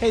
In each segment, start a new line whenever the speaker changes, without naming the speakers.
Hey,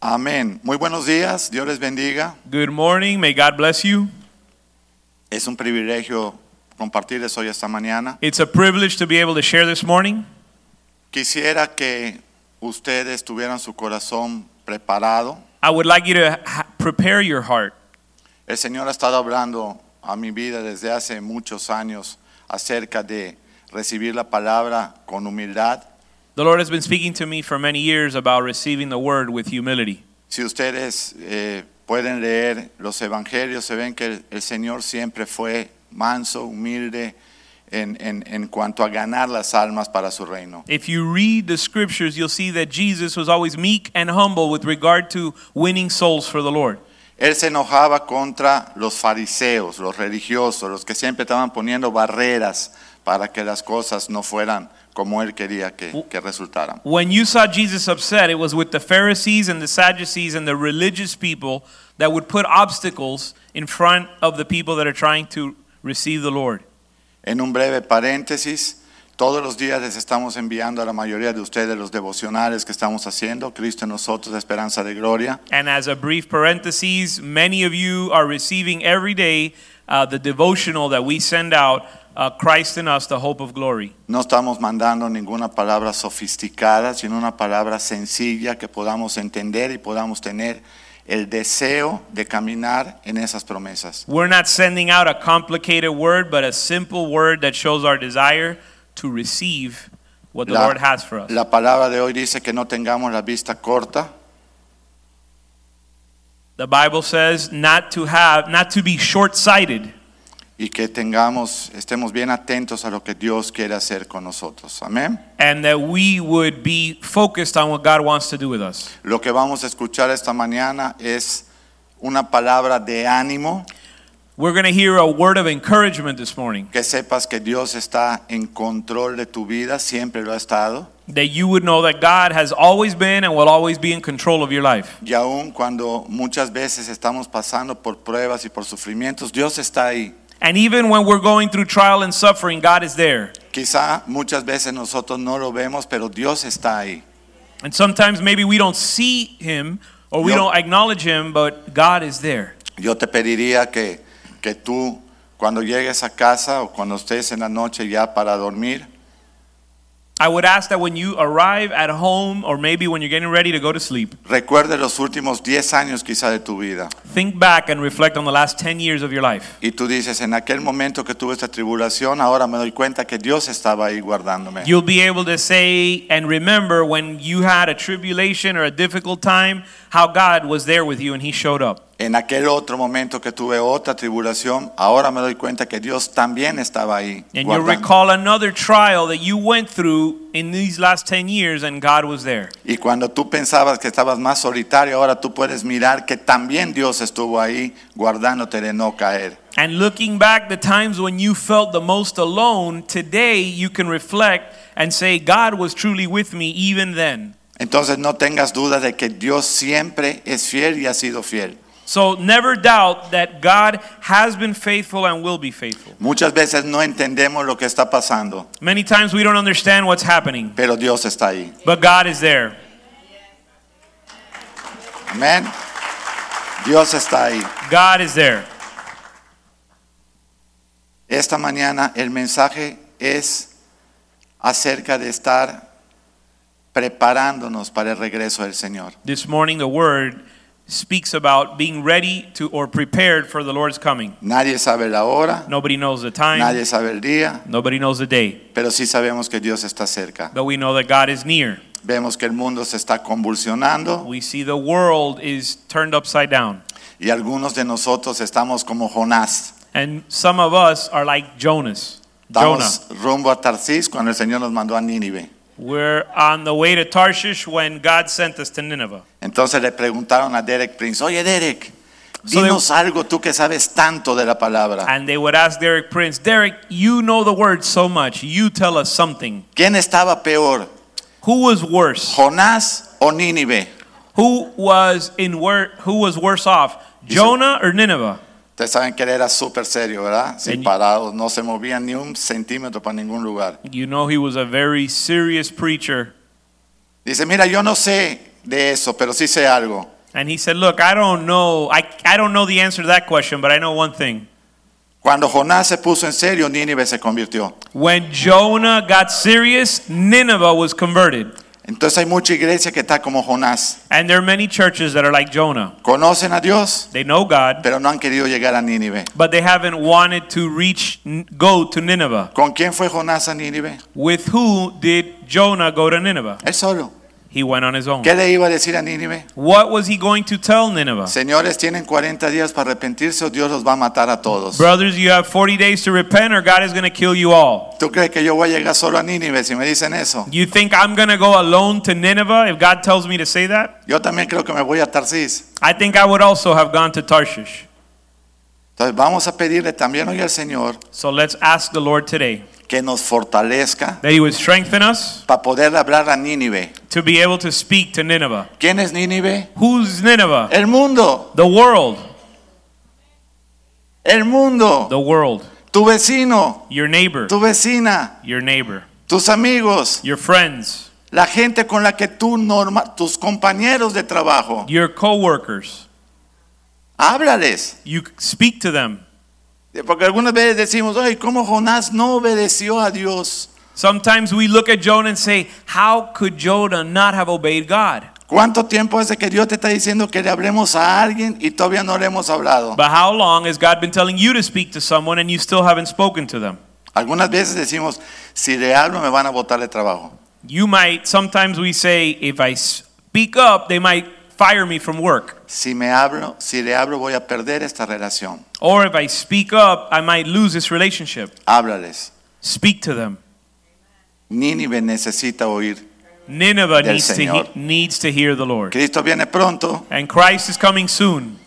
Amén. Muy buenos días, Dios les bendiga.
Good morning. May God bless you.
Es un privilegio compartir eso hoy esta mañana.
It's a privilege to be able to share this morning.
Quisiera que ustedes tuvieran su corazón preparado.
I would like you to ha- prepare your heart.
El Señor ha estado hablando a mi vida desde hace muchos años acerca de recibir la palabra con humildad.
The Lord has been speaking to me for many years about receiving the word with humility.
Si ustedes eh, pueden leer los evangelios, se ven que el, el Señor siempre fue manso, humilde en- en- en cuanto a ganar las almas para su reino.
If you read the scriptures, you'll see that Jesus was always meek and humble with regard to winning souls for the Lord.
Él se enojaba contra los fariseos, los religiosos, los que siempre estaban poniendo barreras para que las cosas no fueran como él quería que, que resultaran.
When you saw Jesus upset, it was with the Pharisees and the Sadducees and the religious people that would put obstacles in front of the people that are trying to receive the Lord.
En un breve paréntesis, todos los días les estamos enviando a la mayoría de ustedes los devocionales que estamos haciendo, Cristo en nosotros, esperanza de gloria.
And as a brief parenthesis, many of you are receiving every day uh, the devotional that we send out, uh, Christ in Us, the Hope of Glory.
No estamos mandando ninguna palabra sofisticada, sino una palabra sencilla que podamos entender y podamos tener el deseo de caminar en esas promesas.
We're not sending out a complicated word, but a simple word that shows our desire to receive what the
La-
Lord has for us.
La palabra de hoy dice que no tengamos la vista corta,
the Bible says not to have, not to be short-sighted,
y que tengamos, estemos bien atentos a lo que Dios quiere hacer con nosotros. Amén.
and that we would be focused on what God wants to do with us.
Lo que vamos a escuchar esta mañana es una palabra de ánimo,
We're going to hear a word of encouragement this morning,
que sepas que Dios está en control de tu vida, siempre lo ha estado,
that you would know that God has always been and will always be in control of your life.
y aun cuando muchas veces estamos pasando por pruebas y por sufrimientos, Dios está ahí.
And even when we're going through trial and suffering, God is there.
Quizá muchas veces nosotros no lo vemos, pero Dios está ahí.
And sometimes maybe we don't see Him or we
Yep.
don't acknowledge Him, but God is there.
Yo te pediría que, que tú, cuando llegues a casa o cuando estés en la noche ya para dormir,
I would ask that when you arrive at home or maybe when you're getting ready to go to sleep,
recuerde los últimos 10 años quizá de tu vida.
think back and reflect on the last 10 years of your life.
Y tú dices, en aquel momento que tuve esta tribulación, ahora me doy cuenta que Dios estaba ahí guardándome.
You'll be able to say and remember when you had a tribulation or a difficult time, how God was there with you and He showed up.
En aquel otro momento que tuve otra tribulación, ahora me doy cuenta que Dios también estaba ahí.
And you'll
guardando.
recall another trial that you went through in these last 10 years and God was there.
Y cuando tú pensabas que estabas más solitario, ahora tú puedes mirar que también Dios estuvo ahí guardándote de no caer.
And looking back, the times when you felt the most alone, today you can reflect and say, God was truly with me even then.
Entonces no tengas duda de que Dios siempre es fiel y ha sido fiel.
So never doubt that God has been faithful and will be faithful.
Muchas veces no entendemos lo que está pasando,
Many times we don't understand what's happening,
pero Dios está ahí.
but God is there.
Amén. Dios está ahí.
God is there.
Esta mañana el mensaje es acerca de estar preparándonos para el regreso del Señor.
This morning, the word speaks about being ready to or prepared for the Lord's coming.
Nadie sabe la hora,
Nobody knows the time,
nadie sabe el día,
nobody knows the day,
pero sí sabemos que Dios está cerca.
but we know that God is near.
Vemos que el mundo se está convulsionando
We see the world is turned upside down.
y algunos de nosotros estamos como Jonás.
And some of us are like Jonas. Jonah.
Estamos rumbo a Tarsis cuando el Señor nos mandó a Nínive.
We're on the way to Tarshish when God sent us to Nineveh.
Entonces le preguntaron a Derek Prince, oye Derek,
So they- Ah.
Dinos algo tú que sabes tanto de la palabra.
and they would ask Derek Prince, Derek, you know the word so much. You tell us something.
¿Quién estaba peor,
Who was worse?
Jonás o Nínive?
Who was in wor- Who was worse off, Jonah or Nineveh?
Ustedes saben que él era súper serio, ¿verdad? Sin
And-
parados, no se movían ni un centímetro para ningún lugar.
You know he was a very serious preacher,
Dice, mira, yo no sé de eso, pero sí sé algo.
and he said, "Look, I don't know. I I don't know the answer to that question, but I know one thing."
Cuando Jonás se puso en serio, Nínive se convirtió.
When Jonah got serious, Nineveh was converted.
Entonces hay mucha iglesia que está como Jonás.
And there are many churches that are like Jonah.
Conocen a Dios,
They know God,
pero no han querido llegar a Nínive.
but they haven't wanted to reach go to Nineveh.
¿Con quién fue Jonás a Nínive?
With who did Jonah go to Nineveh?
Él solo.
He went on his own.
¿Qué le iba a decir a Nínive?
What was he going to tell Nineveh?
Señores, tienen 40 días para arrepentirse o Dios los va a matar a todos.
Brothers, you have 40 days to repent or God is going to kill you all.
¿Tú crees que yo voy a llegar solo a Nínive si me dicen eso?
You think I'm going to go alone to Nineveh if God tells me to say that?
Yo también creo que me voy a Tarsis.
I think I would also have gone to Tarshish.
Entonces vamos a pedirle también hoy al Señor
So let's ask the Lord today
que nos fortalezca
that he would strengthen us
para poder hablar a Nínive.
to be able to speak to Nineveh.
¿Quién es Nínive?
Who's Nineveh?
El mundo,
The world.
el mundo,
The world.
tu vecino,
Your neighbor.
tu vecina,
Your neighbor.
tus amigos,
Your friends.
la gente con la que tú norma, tus compañeros de trabajo.
Your coworkers.
Háblales.
You speak to them.
Porque algunas veces decimos, ay, ¿cómo Jonás no obedeció a Dios?
Sometimes we look at Jonah and say, How could Jonah not have obeyed God?
¿Cuánto tiempo hace que Dios te está diciendo que le hablemos a alguien y todavía no le hemos hablado?
But how long has God been telling you to speak to someone and you still haven't spoken to them?
Algunas veces decimos, si le hablo me van a botar de trabajo.
You might, sometimes we say, If I speak up, they might fire me from work.
Si me hablo, si le hablo voy a perder esta relación.
Or if I speak up, I might lose this relationship.
Háblales.
Speak to them.
Nínive necesita oír.
Nineveh
Del
needs to,
Señor.
he- needs to hear the Lord.
Cristo viene pronto.
And Christ is coming soon.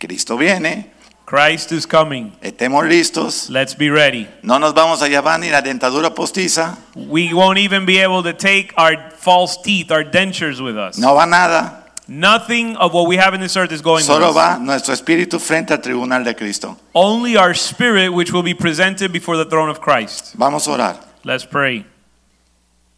Cristo viene.
Christ is coming.
Estemos listos.
Let's be ready.
No nos vamos a llevar ni la dentadura postiza.
We won't even be able to take our false teeth, our dentures with us.
No va nada.
Nothing of what we have in this earth is going
Solo
with us.
va nuestro espíritu frente al tribunal de Cristo.
Only our spirit, which will be presented before the throne of Christ.
Vamos a orar.
Let's pray.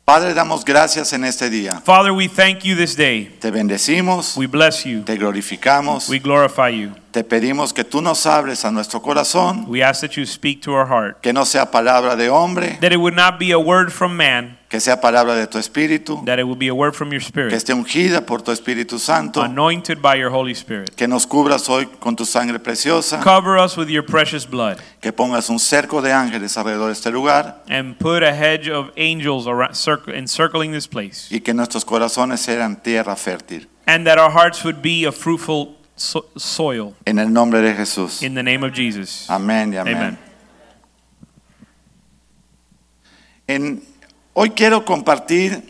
Padre, damos gracias en este día.
Father, we thank you this day.
Te bendecimos,
We bless you.
te glorificamos,
We glorify you.
te pedimos que tú nos hables a nuestro corazón,
We ask that you speak to our heart.
que no sea palabra de hombre,
That it would not be a word from man,
que sea palabra de tu Espíritu,
that it would be a word from your
que
spirit,
esté ungida por tu Espíritu Santo,
anointed by your Holy Spirit.
que nos cubras hoy con tu sangre preciosa,
Cover us with your precious blood
que pongas un cerco de ángeles alrededor de este lugar
and put a hedge of angels around, circ- encircling this place.
y que nuestros corazones sean tierra fértil.
And that our hearts would be a fruitful so- soil.
En el nombre de Jesús.
In the name of Jesus.
Amén y amén.
Amen.
En- hoy quiero compartir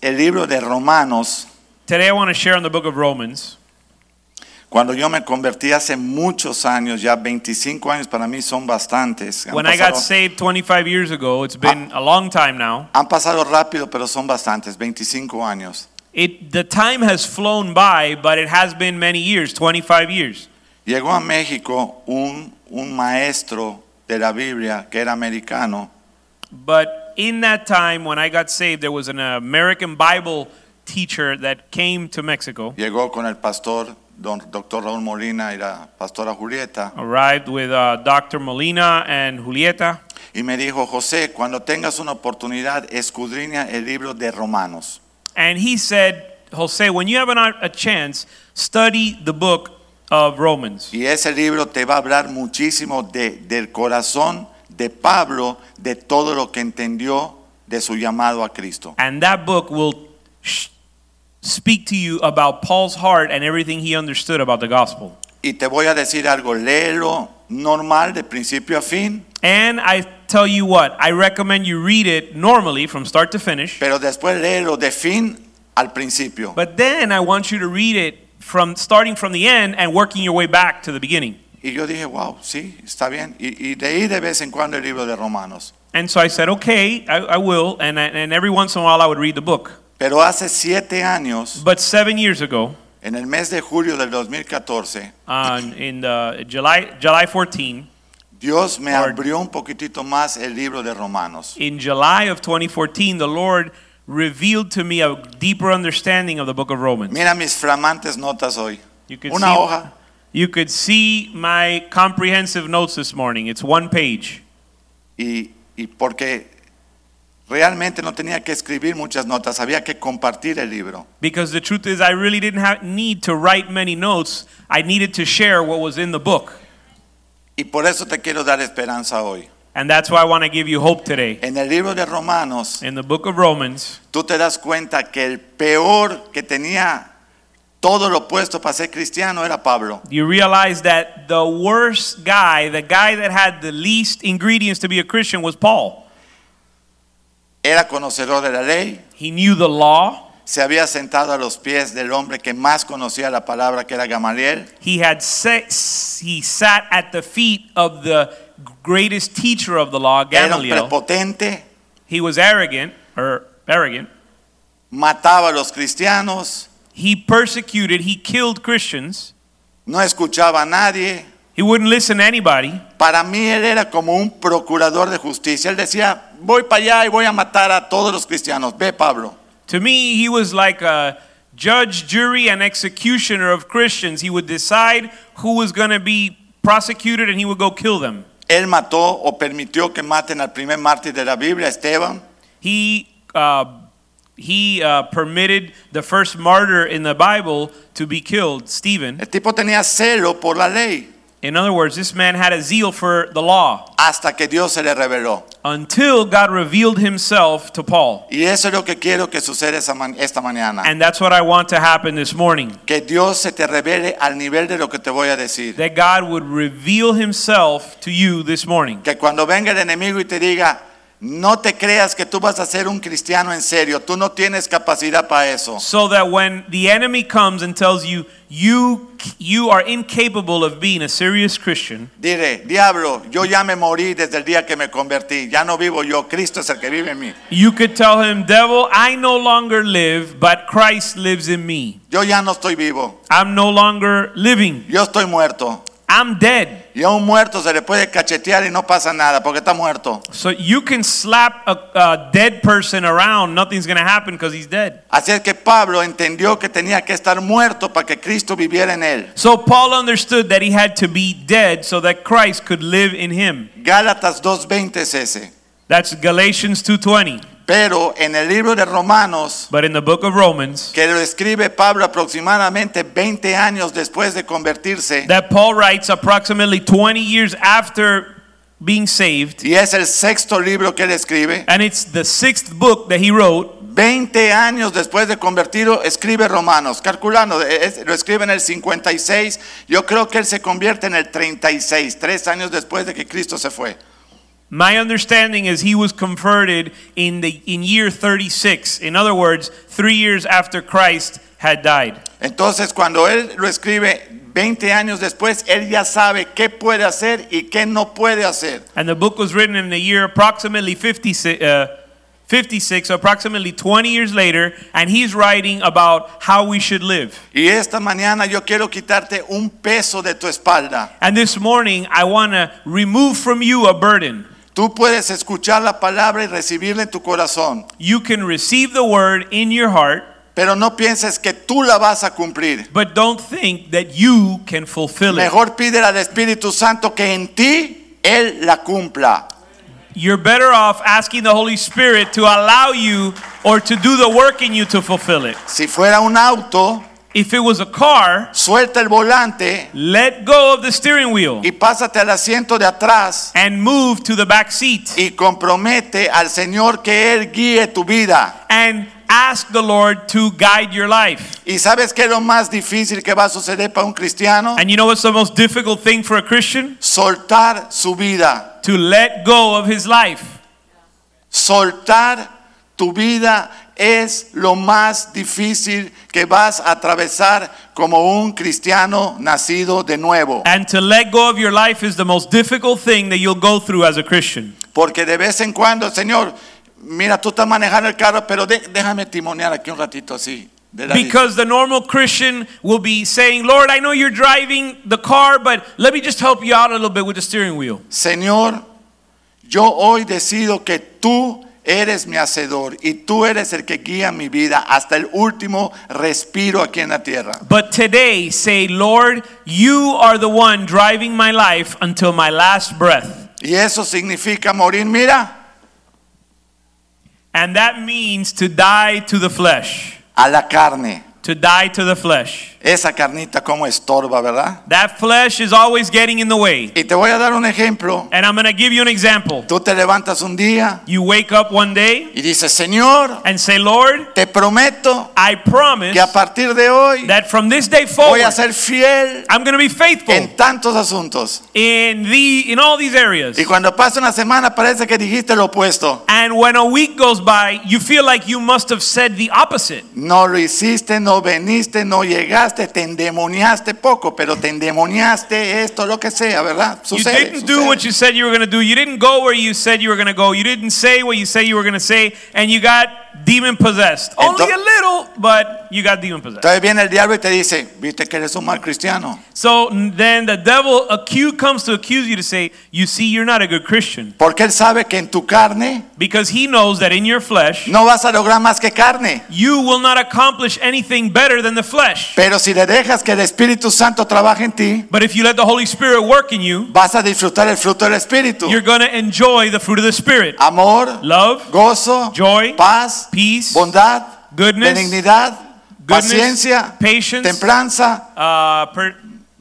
el libro de Romanos.
Today I want to share on the book of Romans.
Cuando yo me convertí hace muchos años, ya 25 años para mí son bastantes. Han,
When I got
pasado,
saved 25 years ago, it's been a long time now.
han pasado rápido, pero son bastantes, 25 años.
It the time has flown by, but it has been many years, 25 years.
Llegó a México un, un maestro de la Biblia que era americano
But in that time when I got saved, there was an American Bible teacher that came to Mexico,
Llegó con el pastor, don, doctor Raúl Molina y la pastora Julieta,
arrived with uh, Dr. Molina and Julieta,
y me dijo, José, cuando tengas una oportunidad, escudriña el libro de Romanos.
and he said, "Jose, when you have an, a chance, study the book of Romans."
Y ese libro te va a hablar muchísimo de, del corazón de Pablo, de todo lo que entendió de su llamado a Cristo.
And that book will sh- speak to you about Paul's heart and everything he understood about the gospel.
Y te voy a decir algo, léelo normal, de principio a fin,
And I tell you what, I recommend you read it normally from start to finish.
pero después léelo de fin al principio.
But then I want you to read it from starting from the end and working your way back to the beginning.
Y yo dije, wow, sí, está bien. Y, y leí de vez en cuando el libro de Romanos.
And so I said, okay, I, I will. And, I, and every once in a while I would read the book.
Pero hace siete años,
But seven years ago,
en el mes de julio del 2014,
on, in uh, July, July 14,
Dios me
Lord.
abrió un poquitito más el libro de Romanos.
in July of 2014, the Lord revealed to me a deeper understanding of the book of Romans.
Mira mis flamantes notas hoy.
You could
Una
see-
hoja.
You could see my comprehensive notes this morning. It's one page.
Y, y porque realmente no tenía que escribir muchas notas, había que compartir el libro.
Because the truth is, I really didn't have, need to write many notes. I needed to share what was in the book.
Y por eso te quiero dar esperanza hoy.
And that's why I want to give you hope today.
En el libro de Romanos,
In the book of Romans,
tú te das cuenta que el peor que tenía todo lo opuesto para ser cristiano era Pablo.
you realize that the worst guy, the guy that had the least ingredients to be a Christian, was Paul.
Era conocedor de la ley,
He knew the law,
se había sentado a los pies del hombre que más conocía la palabra, que era Gamaliel,
he had sex, he sat at the feet of the greatest teacher of the law,
era un
Gamaliel.
prepotente,
He was arrogant, or arrogant.
mataba a los cristianos,
He persecuted, he killed Christians.
no escuchaba a nadie.
He wouldn't listen to anybody.
Para mí él era como un procurador de justicia. Él decía, voy para allá y voy a matar a todos los cristianos. Ve, Pablo.
To me, he was like a judge, jury, and executioner of Christians. He would decide who was going to be prosecuted and he would go kill them.
Él mató o permitió que maten al primer mártir de la Biblia, Esteban.
He, uh, he uh, permitted the first martyr in the Bible to be killed, Stephen.
El tipo tenía celo por la ley
In other words, this man had a zeal for the law
hasta que Dios se le reveló.
until God revealed himself to Paul.
Y eso es lo que quiero que suceda esa ma- esta mañana.
And that's what I want to happen this morning.
Que Dios se te revele al nivel de lo que te voy a decir.
that God would reveal himself to you this morning.
Que cuando venga el enemigo y te diga, no te creas que tú vas a ser un cristiano en serio, tú no tienes capacidad para eso.
So that when the enemy comes and tells you you you are incapable of being a serious Christian,
Dile, diablo, yo ya me morí desde el día que me convertí, ya no vivo yo, Cristo es el que vive en mí.
you could tell him, "Devil, I no longer live, but Christ lives in me.
Yo ya no estoy vivo,
I'm no longer living.
yo estoy muerto.
I'm dead."
Y a un muerto se le puede cachetear y no pasa nada porque está muerto.
So you can slap a, a dead person around, nothing's going to happen because he's dead.
Así es que Pablo entendió que tenía que estar muerto para que Cristo viviera en él.
So Paul understood that he had to be dead so that Christ could live in him.
Gálatas 2.20 es ese.
That's Galatians 2:20.
Pero en el libro de Romanos,
But in the book of Romans,
que lo escribe Pablo aproximadamente 20 años después de convertirse,
that Paul writes approximately 20 years after being saved,
y es el sexto libro que él escribe,
and it's the sixth book that he wrote.
20 años después de convertido, escribe Romanos, calculando, es- lo escribe en el 56, yo creo que él se convierte en el 36, tres años después de que Cristo se fue.
My understanding is he was converted in the in year 36. In other words, 3 years after Christ had died.
Entonces, cuando él lo escribe 20 años después, él ya sabe qué puede hacer y qué no puede hacer.
And the book was written in the year approximately 56 uh, 56, approximately 20 years later, and he's writing about how we should live.
Y esta mañana yo quiero quitarte un peso de tu espalda.
And this morning, I want to remove from you a burden.
Tú puedes escuchar la palabra y recibirla en tu corazón,
You can receive the word in your heart,
pero no pienses que tú la vas a cumplir.
but don't think that you can fulfill it.
Mejor pídele al Espíritu Santo que en ti Él la cumpla.
You're better off asking the Holy Spirit to allow you or to do the work in you to fulfill it.
Si fuera un auto,
If it was a car,
suelta el volante
let go of the steering wheel
y pásate al asiento de atrás
and move to the back seat
y compromete al Señor que Él guíe tu vida.
and ask the Lord to guide your life.
¿Y sabes qué es lo más difícil que va a suceder para un cristiano?
And you know what's the most difficult thing for a Christian?
Soltar su vida,
To let go of his life.
soltar tu vida es lo más difícil que vas a atravesar como un cristiano nacido de nuevo.
And to let go of your life is the most difficult thing that you'll go through as a Christian.
Porque de vez en cuando, Señor, mira, tú estás manejando el carro, pero de- déjame timonear aquí un ratito así. de ladito.
Because the normal Christian will be saying, Lord, I know you're driving the car, but let me just help you out a little bit with the steering wheel.
Señor, yo hoy decido que tú eres mi hacedor y tú eres el que guía mi vida hasta el último respiro aquí en la tierra.
But today, say, Lord, you are the one driving my life until my last breath.
Y eso significa morir, mira,
And that means to die to the flesh.
a la carne.
To die to the flesh.
Esa carnita como estorba, ¿verdad?
That flesh is always getting in the way.
Y te voy a dar un ejemplo.
And I'm going to give you an example.
Tú te levantas un día
You wake up one day
y dices, Señor,
and say, Lord,
te prometo
I promise
que a partir de hoy
that from this day
voy
forward,
a ser fiel
I'm going to be faithful
en tantos asuntos.
in the in all these areas.
Y cuando pasa una semana parece que dijiste lo opuesto.
And when a week goes by, you feel like you must have said the opposite.
No lo hiciste, no veniste, no llegaste, te endemoniaste poco, pero te endemoniaste esto, lo que sea, ¿verdad?
You
Sucede,
didn't do
sucede.
what you said you were going to do. You didn't go where you said you were going to go. You didn't say what you said you were going to say, and you got demon possessed. Only
Ento-
a little, but you got demon possessed.
Entonces viene el diablo y te dice, viste que eres un mal cristiano.
So then the devil accu comes to accuse you to say, "You see, you're not a good Christian,"
Porque él sabe que en tu carne
because he knows that in your flesh
no vas a lograr más que carne.
you will not accomplish anything better than the flesh.
Pero si le dejas que el Espíritu Santo trabaje en ti,
But if you let the Holy Spirit work in you,
vas a disfrutar el fruto del Espíritu.
you're going to enjoy the fruit of the Spirit.
Amor,
Love,
gozo,
joy,
paz,
peace,
bondad,
goodness,
benignidad,
goodness,
paciencia,
patience,
templanza,
uh, per-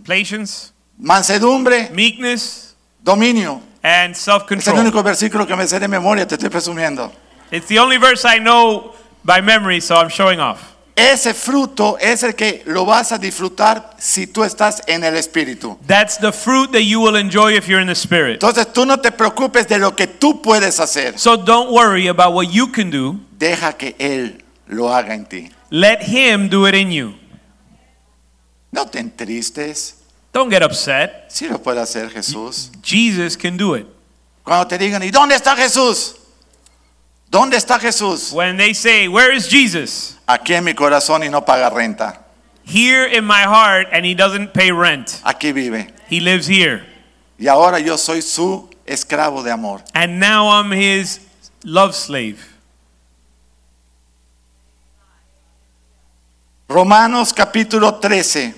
patience,
mansedumbre,
meekness,
dominio.
and
Ese es el
self-control.
único versículo que me sé de memoria, te estoy presumiendo.
It's the only verse I know by memory, so I'm showing off.
Ese fruto es el que lo vas a disfrutar si tú estás en el Espíritu.
That's the fruit that you will enjoy if you're in the Spirit.
Entonces tú no te preocupes de lo que tú puedes hacer.
So don't worry about what you can do.
Deja que Él lo haga en ti.
Let Him do it in you.
No te entristes.
Don't get upset.
Sí lo puede hacer Jesús.
Jesus can do it.
Cuando te digan, ¿y dónde está Jesús? ¿Dónde está Jesús?
When they say, Where is Jesus?
Aquí en mi corazón y no paga renta.
Here in my heart, and He doesn't pay rent.
Aquí vive.
He lives here.
Y ahora yo soy su esclavo de amor.
And now I'm His love slave.
Romanos capítulo 13,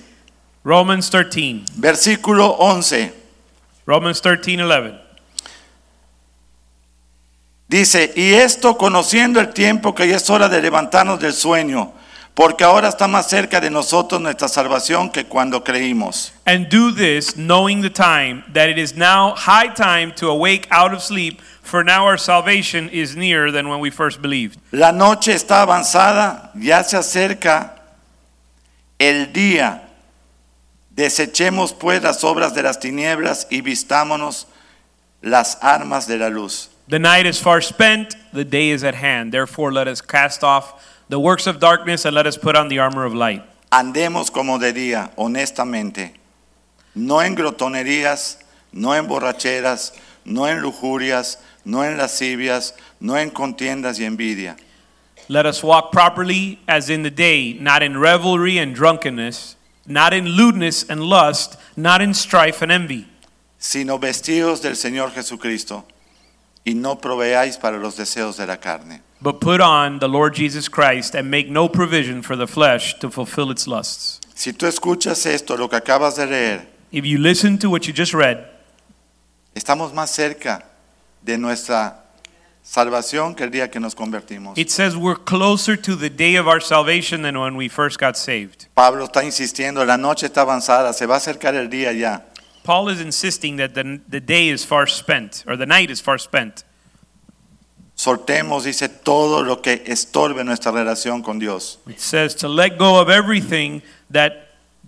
Romans 13.
versículo 11.
Romans 13, 11.
Dice, y esto conociendo el tiempo que ya es hora de levantarnos del sueño, porque ahora está más cerca de nosotros nuestra salvación que cuando creímos.
And do this, knowing the time, that it is now high time to awake out of sleep, for now our salvation is nearer than when we first believed.
La noche está avanzada, ya se acerca el día. Desechemos pues las obras de las tinieblas y vistámonos las armas de la luz.
The night is far spent, the day is at hand. Therefore, let us cast off the works of darkness and let us put on the armor of light.
Andemos como de día, honestamente, no en grotonerías, no en borracheras, no en lujurias, no en lascivias, no en contiendas y envidia,
Let us walk properly as in the day, not in revelry and drunkenness, not in lewdness and lust, not in strife and envy.
sino vestidos del Señor Jesucristo, y no proveáis para los deseos de la carne.
But put on the Lord Jesus Christ and make no provision for the flesh to fulfill its lusts.
Si tú escuchas esto, lo que acabas de leer,
If you listen to what you just read,
estamos más cerca de nuestra salvación que el día que nos convertimos.
it says we're closer to the day of our salvation than when we first got saved.
Pablo está insistiendo, la noche está avanzada, se va a acercar el día ya.
Paul is insisting that the, the day is far spent, or the night is far spent.
Soltemos, dice, todo lo que estorbe nuestra relación con Dios.
It says to let go of everything that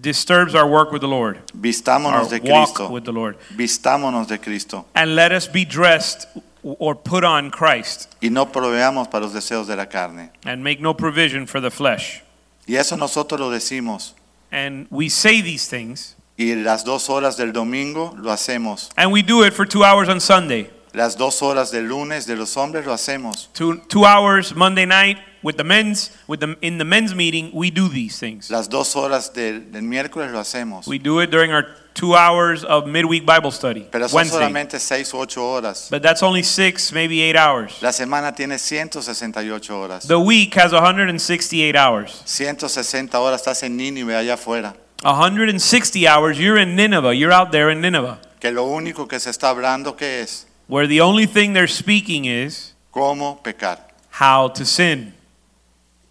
disturbs our work with the Lord,
Vistámonos
our
de
walk
Cristo.
with the Lord.
Vistámonos de Cristo.
And let us be dressed or put on Christ
y no proveamos para los deseos de la carne.
and make no provision for the flesh.
Y eso nosotros lo decimos.
And we say these things,
Y las dos horas del domingo lo hacemos.
and we do it for two hours on Sunday,
Las dos horas del lunes de los hombres lo hacemos.
two, two hours Monday night with the men's, with the, in the men's meeting, we do these things.
Las dos horas del, del miércoles lo hacemos.
We do it during our two hours of midweek Bible study,
Pero son
Wednesday.
solamente seis u ocho horas.
But that's only six, maybe eight hours.
La semana tiene 168 horas.
The week has 168 hours.
160 horas estás en Nínive allá afuera.
160 hours, you're in Nineveh. You're out there in Nineveh,
Que lo único que se está hablando que es
where the only thing they're speaking is
cómo pecar.
how to sin.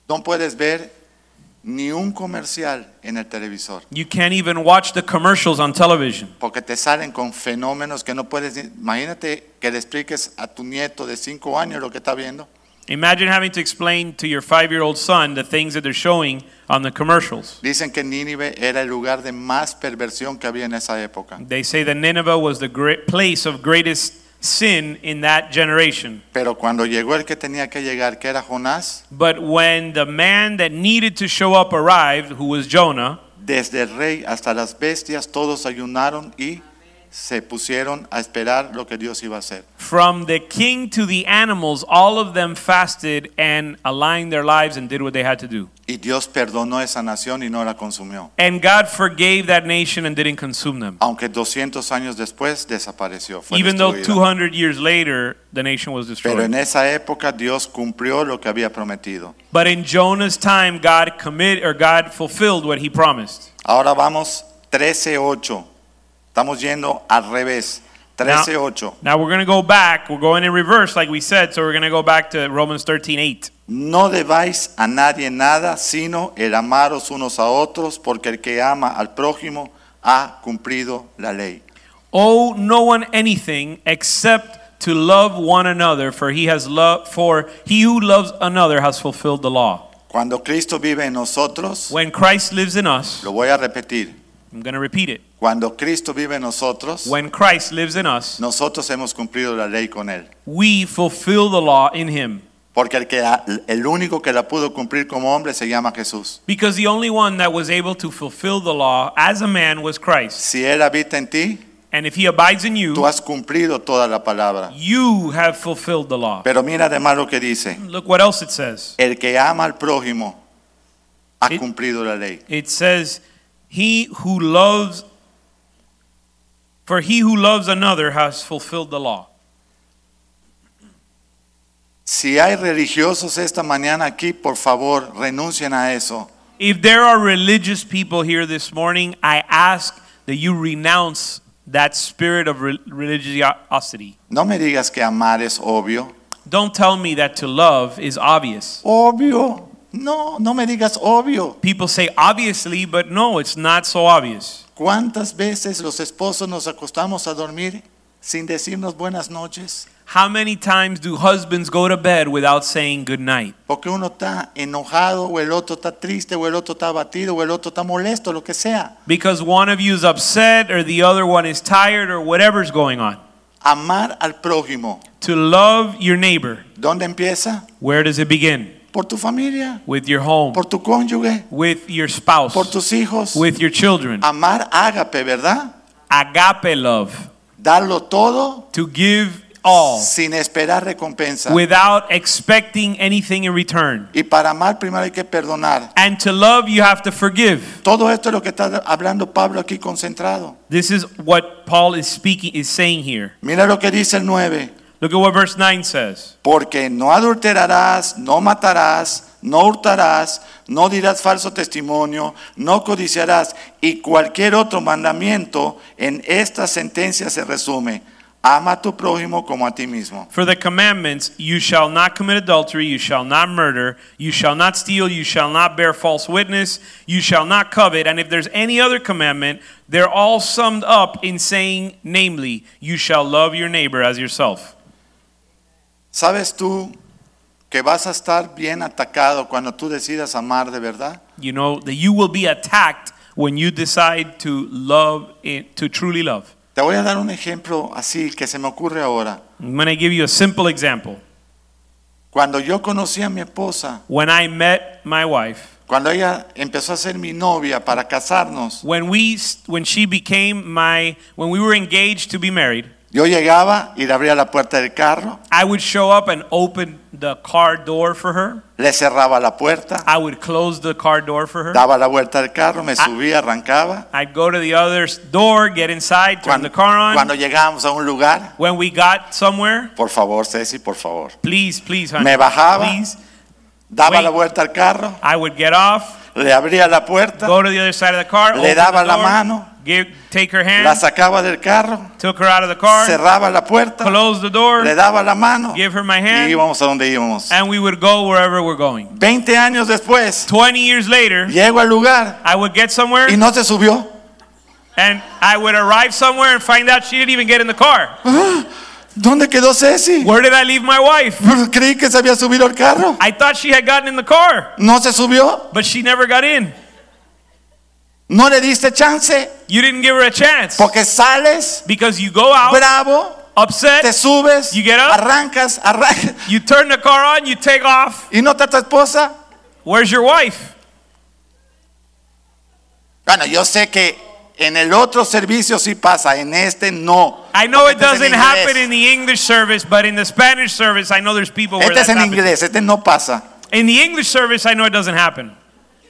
No puedes ver ni un comercial en el televisor.
You can't even watch the commercials on television
Porque te salen con fenómenos que no puedes... ni- Imagínate que le expliques a tu nieto de 5 años lo que está viendo.
Imagine having to explain to your five year old son the things that they're showing on the commercials.
Dicen que Nínive era el lugar de más perversión que había en esa época.
They say that Nineveh was the great place of greatest sin in that generation.
Pero cuando llegó el que tenía que llegar, que era Jonás,
But when the man that needed to show up arrived, who was Jonah,
desde el rey hasta las bestias, todos ayunaron y se pusieron a esperar lo que Dios iba a hacer.
from the king to the animals, all of them fasted and aligned their lives and did what they had to do.
Y Dios perdonó esa nación y no la consumió,
And God forgave that nation and didn't consume them.
aunque 200 años después desapareció. Fue
Even though
destruida.
200 years later, the nation was
Pero
destroyed.
en esa época Dios cumplió lo que había prometido.
But in Jonah's time, God commit or God fulfilled what he promised.
Ahora vamos 13.8. Estamos yendo al revés. 13.8.
Now we're going to go back. We're going in reverse, like we said. So we're going to go back to Romans 13:8.
No debáis a nadie nada, sino el amaros unos a otros, porque el que ama al prójimo ha cumplido la ley.
Owe no one anything except to love one another, for he has love for he who loves another has fulfilled the law.
Cuando Cristo vive en nosotros,
When Christ lives in us,
lo voy a repetir,
I'm going to repeat it.
cuando Cristo vive en nosotros,
When Christ lives in us,
nosotros hemos cumplido la ley con Él.
we fulfill the law in him.
Porque el, que la- el único que la pudo cumplir como hombre se llama Jesús.
Because the only one that was able to fulfill the law as a man was Christ.
Si Él habita en ti,
And if he abides in
tú
you,
has cumplido toda la palabra.
you have fulfilled the law.
Pero mira además lo que dice,
Look what else it says.
el que ama al prójimo ha
Sí.
cumplido la ley.
It says, He who loves, for he who loves another has fulfilled the law.
Si hay religiosos esta mañana aquí, por favor, renuncien a eso.
If there are religious people here this morning, I ask that you renounce that spirit of re- religiosity.
No me digas que amar es obvio.
Don't tell me that to love is obvious.
Obvio. No, no me digas obvio.
People say obviously, but no, it's not so obvious.
¿Cuántas veces los esposos nos acostamos a dormir sin decirnos buenas noches?
How many times do husbands go to bed without saying good night?
Porque uno está enojado o el otro está triste o el otro está abatido o el otro está molesto, lo que sea.
Because one of you is upset or the other one is tired or whatever's going on.
Amar al prójimo.
To love your neighbor,
¿Dónde empieza?
where does it begin?
Por tu familia,
With your home,
por tu cónyuge,
with your spouse,
por tus hijos.
with your children.
Amar ágape, ¿verdad?
Agape love,
Darlo todo
to give all
sin esperar recompensa.
without expecting anything in return.
Y para amar primero hay que perdonar.
And to love, you have to forgive.
Todo esto es lo que está hablando Pablo aquí concentrado.
This is what Paul is speaking is saying here.
Mira lo que dice el 9.
Look at what verse 9 says.
Porque no adulterarás, no matarás, no hurtarás, no dirás falso testimonio, no codiciarás y cualquier otro mandamiento en esta sentencia se resume. Ama a tu prójimo como a ti mismo.
For the commandments, you shall not commit adultery, you shall not murder, you shall not steal, you shall not bear false witness, you shall not covet. And if there's any other commandment, they're all summed up in saying, namely, you shall love your neighbor as yourself.
¿Sabes tú que vas a estar bien atacado cuando tú decidas amar de verdad?
You know that you will be attacked when you decide eh, to love it, to truly love.
Te voy a dar un ejemplo así que se me ocurre ahora.
I'm going to give you a simple example.
Cuando yo conocí a mi esposa,
When I met my wife,
cuando ella empezó a ser mi novia para casarnos,
when we when she became my when we were engaged to be married,
yo llegaba y le abría la puerta del carro,
I would show up and open the car door for her.
le cerraba la puerta,
I would close the car door for her.
daba la vuelta del carro,
Ah.
me subía, arrancaba.
I'd go to the other s- door, get inside, turn
Cuando,
the car on.
cuando llegábamos a un lugar,
When we got somewhere,
por favor, Ceci, por favor,
please, please, honey,
Me bajaba.
please,
daba
Wait.
la vuelta al carro,
I would get off,
le abría la puerta,
go to the other side of the car,
Le
open
daba
the
la
door,
mano.
give, take her hand,
la sacaba del carro,
took her out of the car,
cerraba la puerta,
close the door,
le daba la mano
give her my
y
hand,
íbamos a donde íbamos.
and we would go wherever we're going.
20 años después,
20 years later,
llego al lugar
I would get somewhere
y no se subió.
and I would arrive somewhere and find out she didn't even get in the car.
¿Dónde quedó Ceci?
Where did I leave my wife?
Creí que se había subido al carro.
I thought she had gotten in the car,
No se subió.
but she never got in.
No le diste chance
You didn't give her a chance
porque sales
because you go out
bravo, te
upset,
subes,
You get up.
arrancas, arrancas
you turn the car on, you take off.
y no está tu esposa.
Where's your wife?
Bueno, yo sé que en el otro servicio sí pasa, en este no.
I know it
Este es en
doesn't
inglés.
happen in the English service, but in the Spanish service, I know there's people where
Este
that's
es en
happening.
inglés, este no pasa.
In the English service, I know it doesn't happen.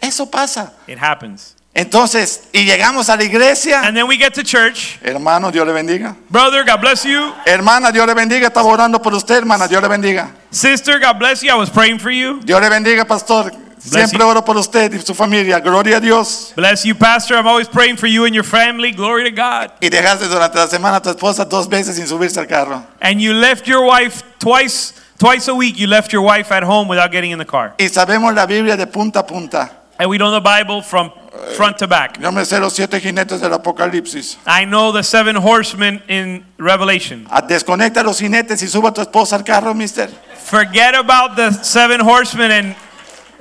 Eso pasa.
It happens.
Entonces, y llegamos a la iglesia.
And then we get to church.
Hermano, Dios le bendiga.
Brother, God bless you.
Hermana, Dios le bendiga. Estaba orando por usted, hermana. Dios le bendiga.
Sister, God bless you. I was praying for you.
Dios le bendiga, pastor. Siempre
you.
oro por usted y su familia. Gloria a Dios.
Bless you, Pastor. I'm always praying for you and your family. Glory to God.
Y dejaste durante la semana a tu esposa dos veces sin subirse al carro.
And you left your wife twice twice a week. You left your wife at home without getting in the car.
Y sabemos la Biblia de punta a punta.
And we know the Bible from front to back.
Yo me sé los siete jinetes del Apocalipsis.
I know the seven horsemen in Revelation.
Ah, Desconecta los jinetes y suba a tu esposa al carro, mister.
Forget about the seven horsemen and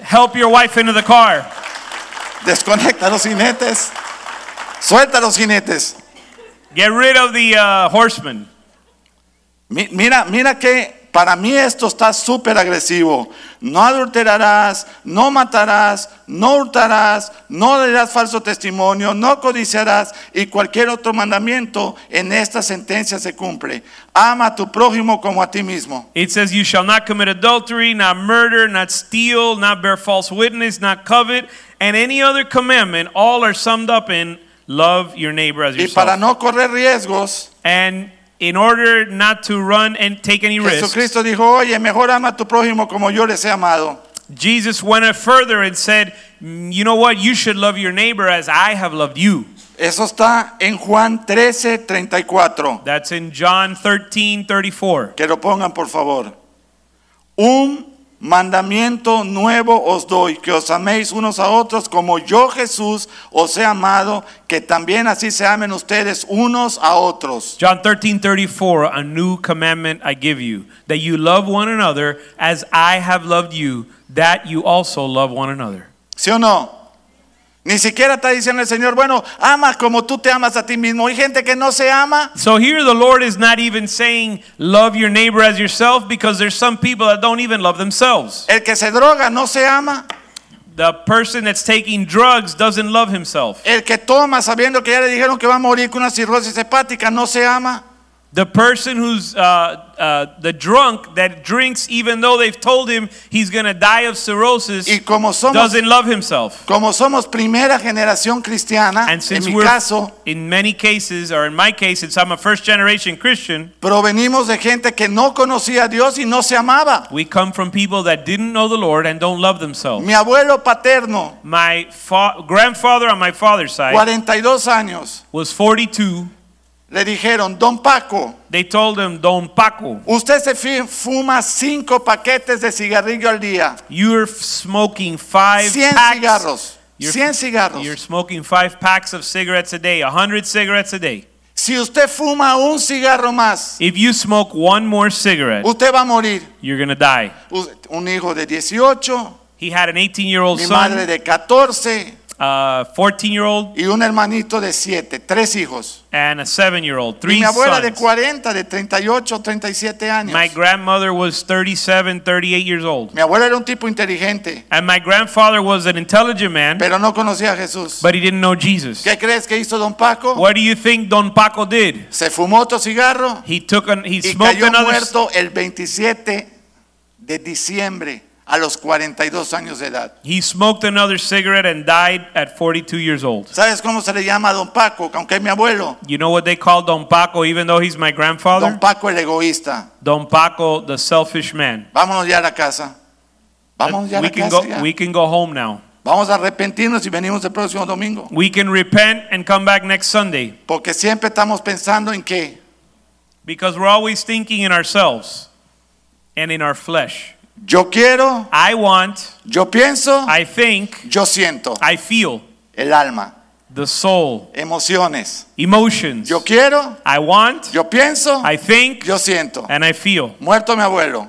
help your wife into the car.
Desconecta los jinetes. Suelta los jinetes.
Get rid of the uh, horsemen.
Mi- Mira, mira que para mí esto está súper agresivo. No adulterarás, no matarás, no hurtarás, no darás falso testimonio, no codiciarás y cualquier otro mandamiento en esta sentencia se cumple. Ama a tu prójimo como a ti mismo.
It says, You shall not commit adultery, not murder, not steal, not bear false witness, not covet, and any other commandment. All are summed up in love your neighbor as
Y
yourself.
para no correr riesgos,
And in order not to run and take any risks,
Jesucristo dijo, oye, mejor ama a tu prójimo como yo les he amado.
Jesus went a further and said, "Mm, You know what? You should love your neighbor as I have loved you.
Eso está en Juan 13, 34.
That's in John 13 34.
Que lo pongan, por favor. Un mandamiento nuevo os doy, que os améis unos a otros como yo Jesús os he amado, que también así se amen ustedes unos a otros.
John 13 34, a new commandment I give you, that you love one another as I have loved you, that you also love one another.
¿Sí o no? Ni siquiera está diciendo el Señor, bueno, ama como tú te amas a ti mismo. Hay gente que no se ama.
So here the Lord is not even saying, Love your neighbor as yourself, because there's some people that don't even love themselves.
El que se droga no se ama.
The person that's taking drugs doesn't love himself.
El que toma sabiendo que ya le dijeron que va a morir con una cirrosis hepática no se ama.
The person who's uh, uh, the drunk that drinks, even though they've told him he's going to die of cirrhosis,
Y como somos,
doesn't love himself.
como somos primera generación cristiana,
And
en
since
mi
we're,
caso,
in many cases, or in my case, since I'm a first generation Christian,
Provenimos de gente que no conocía a Dios y no se amaba.
we come from people that didn't know the Lord and don't love themselves.
Mi abuelo paterno,
My fa- grandfather on my father's side
42 años,
was 42.
le dijeron, don Paco,
They told him, Don Paco,
usted se fi- fuma cinco paquetes de cigarrillo al día.
you're f- smoking five
100
packs
cigarros.
You're-
100 cigarros.
You're smoking five packs of cigarettes a day, a hundred cigarettes a day.
Si usted fuma un cigarro más,
If you smoke one more cigarette,
usted va a morir.
you're gonna die.
U- Un hijo de 18,
He had an 18 year old
mi madre
son, uh,
de 14,
a 14 year old
y un hermanito de siete, tres hijos.
and a 7 year old.
Y
Three
mi abuela de
sons.
40, de 38, 37 años.
My grandmother was 37, 38 years old.
Mi abuelo era un tipo inteligente,
And my grandfather was an intelligent man,
pero no conocía a Jesús.
but he didn't know Jesus.
¿Qué crees que hizo don Paco?
What do you think Don Paco did?
Se fumó otro cigarro
He took an, he
y
smoked
cayó
another
muerto el 27 de diciembre a los 42 años de edad.
he smoked another cigarette and died at 42 years old.
¿Sabes cómo se le llama a don Paco? Que Aunque es mi abuelo.
You know what they call Don Paco even though he's my grandfather?
Don Paco el egoísta.
Don Paco the selfish man.
Vámonos ya a la casa. Vámonos ya a
we
la
can
casa.
go
ya.
we can go home now.
Vamos a arrepentirnos y venimos el próximo domingo.
We can repent and come back next Sunday
Porque siempre estamos pensando en que
because we're always thinking in ourselves and in our flesh.
yo quiero,
I want,
yo pienso,
I think,
yo siento.
I feel,
El alma,
the soul,
emociones.
emotions.
Yo quiero,
I want,
yo pienso,
I think,
yo siento.
and I feel.
Muerto mi abuelo.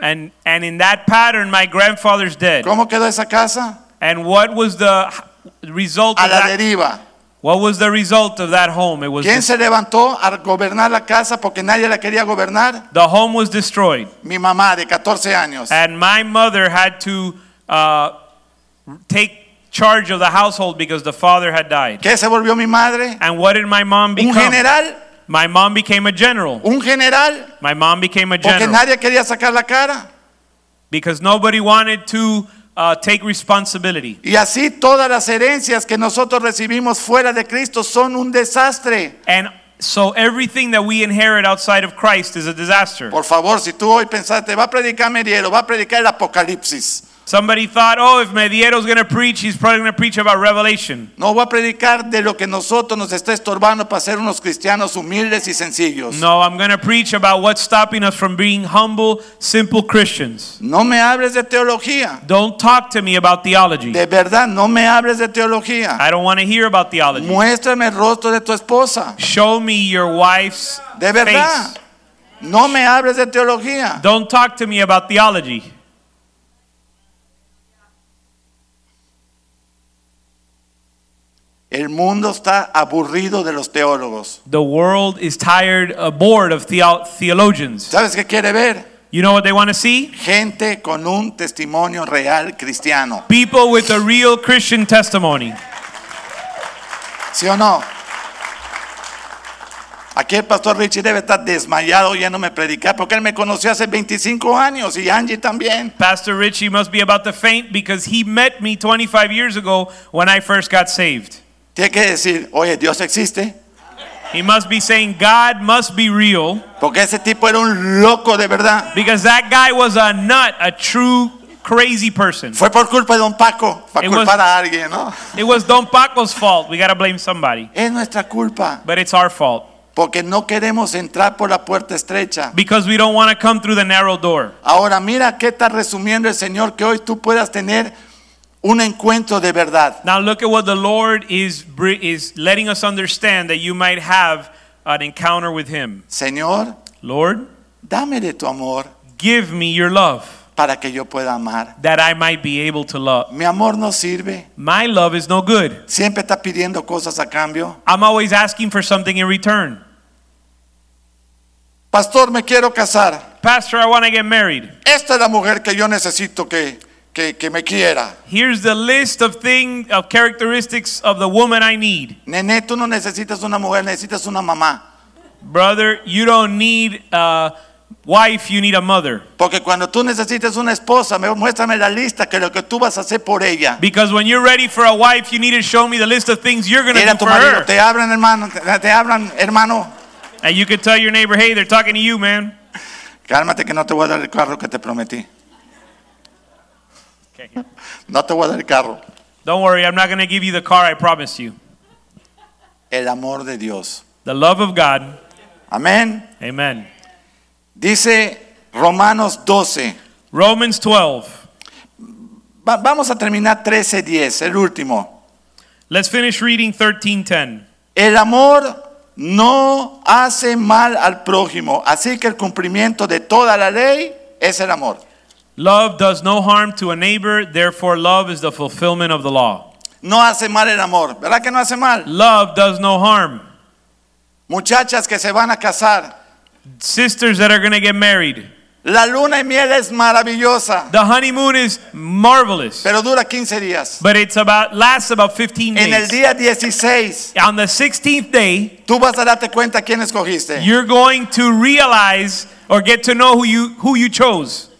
And and in that pattern my grandfather's dead.
¿Cómo quedó esa casa?
And what was the h- result
A
of
la
that?
deriva.
What was the result of that home? It was
¿Quién
des-
se levantó a gobernar la casa porque nadie la quería gobernar?
the home was destroyed,
Mi mamá de 14 años.
and my mother had to uh, take charge of the household because the father had died.
¿Qué se volvió mi madre?
And what did my mom
Un
become?
general,
My mom became a general.
un general,
My mom became a
porque
general
nadie quería sacar la cara.
because nobody wanted to uh, take responsibility.
Y así todas las herencias que nosotros recibimos fuera de Cristo son un desastre.
And so everything that we inherit outside of Christ is a disaster.
Por favor, si tú hoy pensaste, va a predicar Merielo, va a predicar el Apocalipsis.
oh, uh,
No hace mal el amor, ¿verdad que no hace mal?
Love does no harm.
Muchachas que se van a casar,
Sisters that are going to get married.
la luna y miel es maravillosa,
The honeymoon is marvelous,
pero dura 15 días.
but it's about lasts about 15
En el
days.
día 16,
On the 16th day,
tú vas a darte cuenta quién escogiste.
you're going to realize or get to know who you who you chose.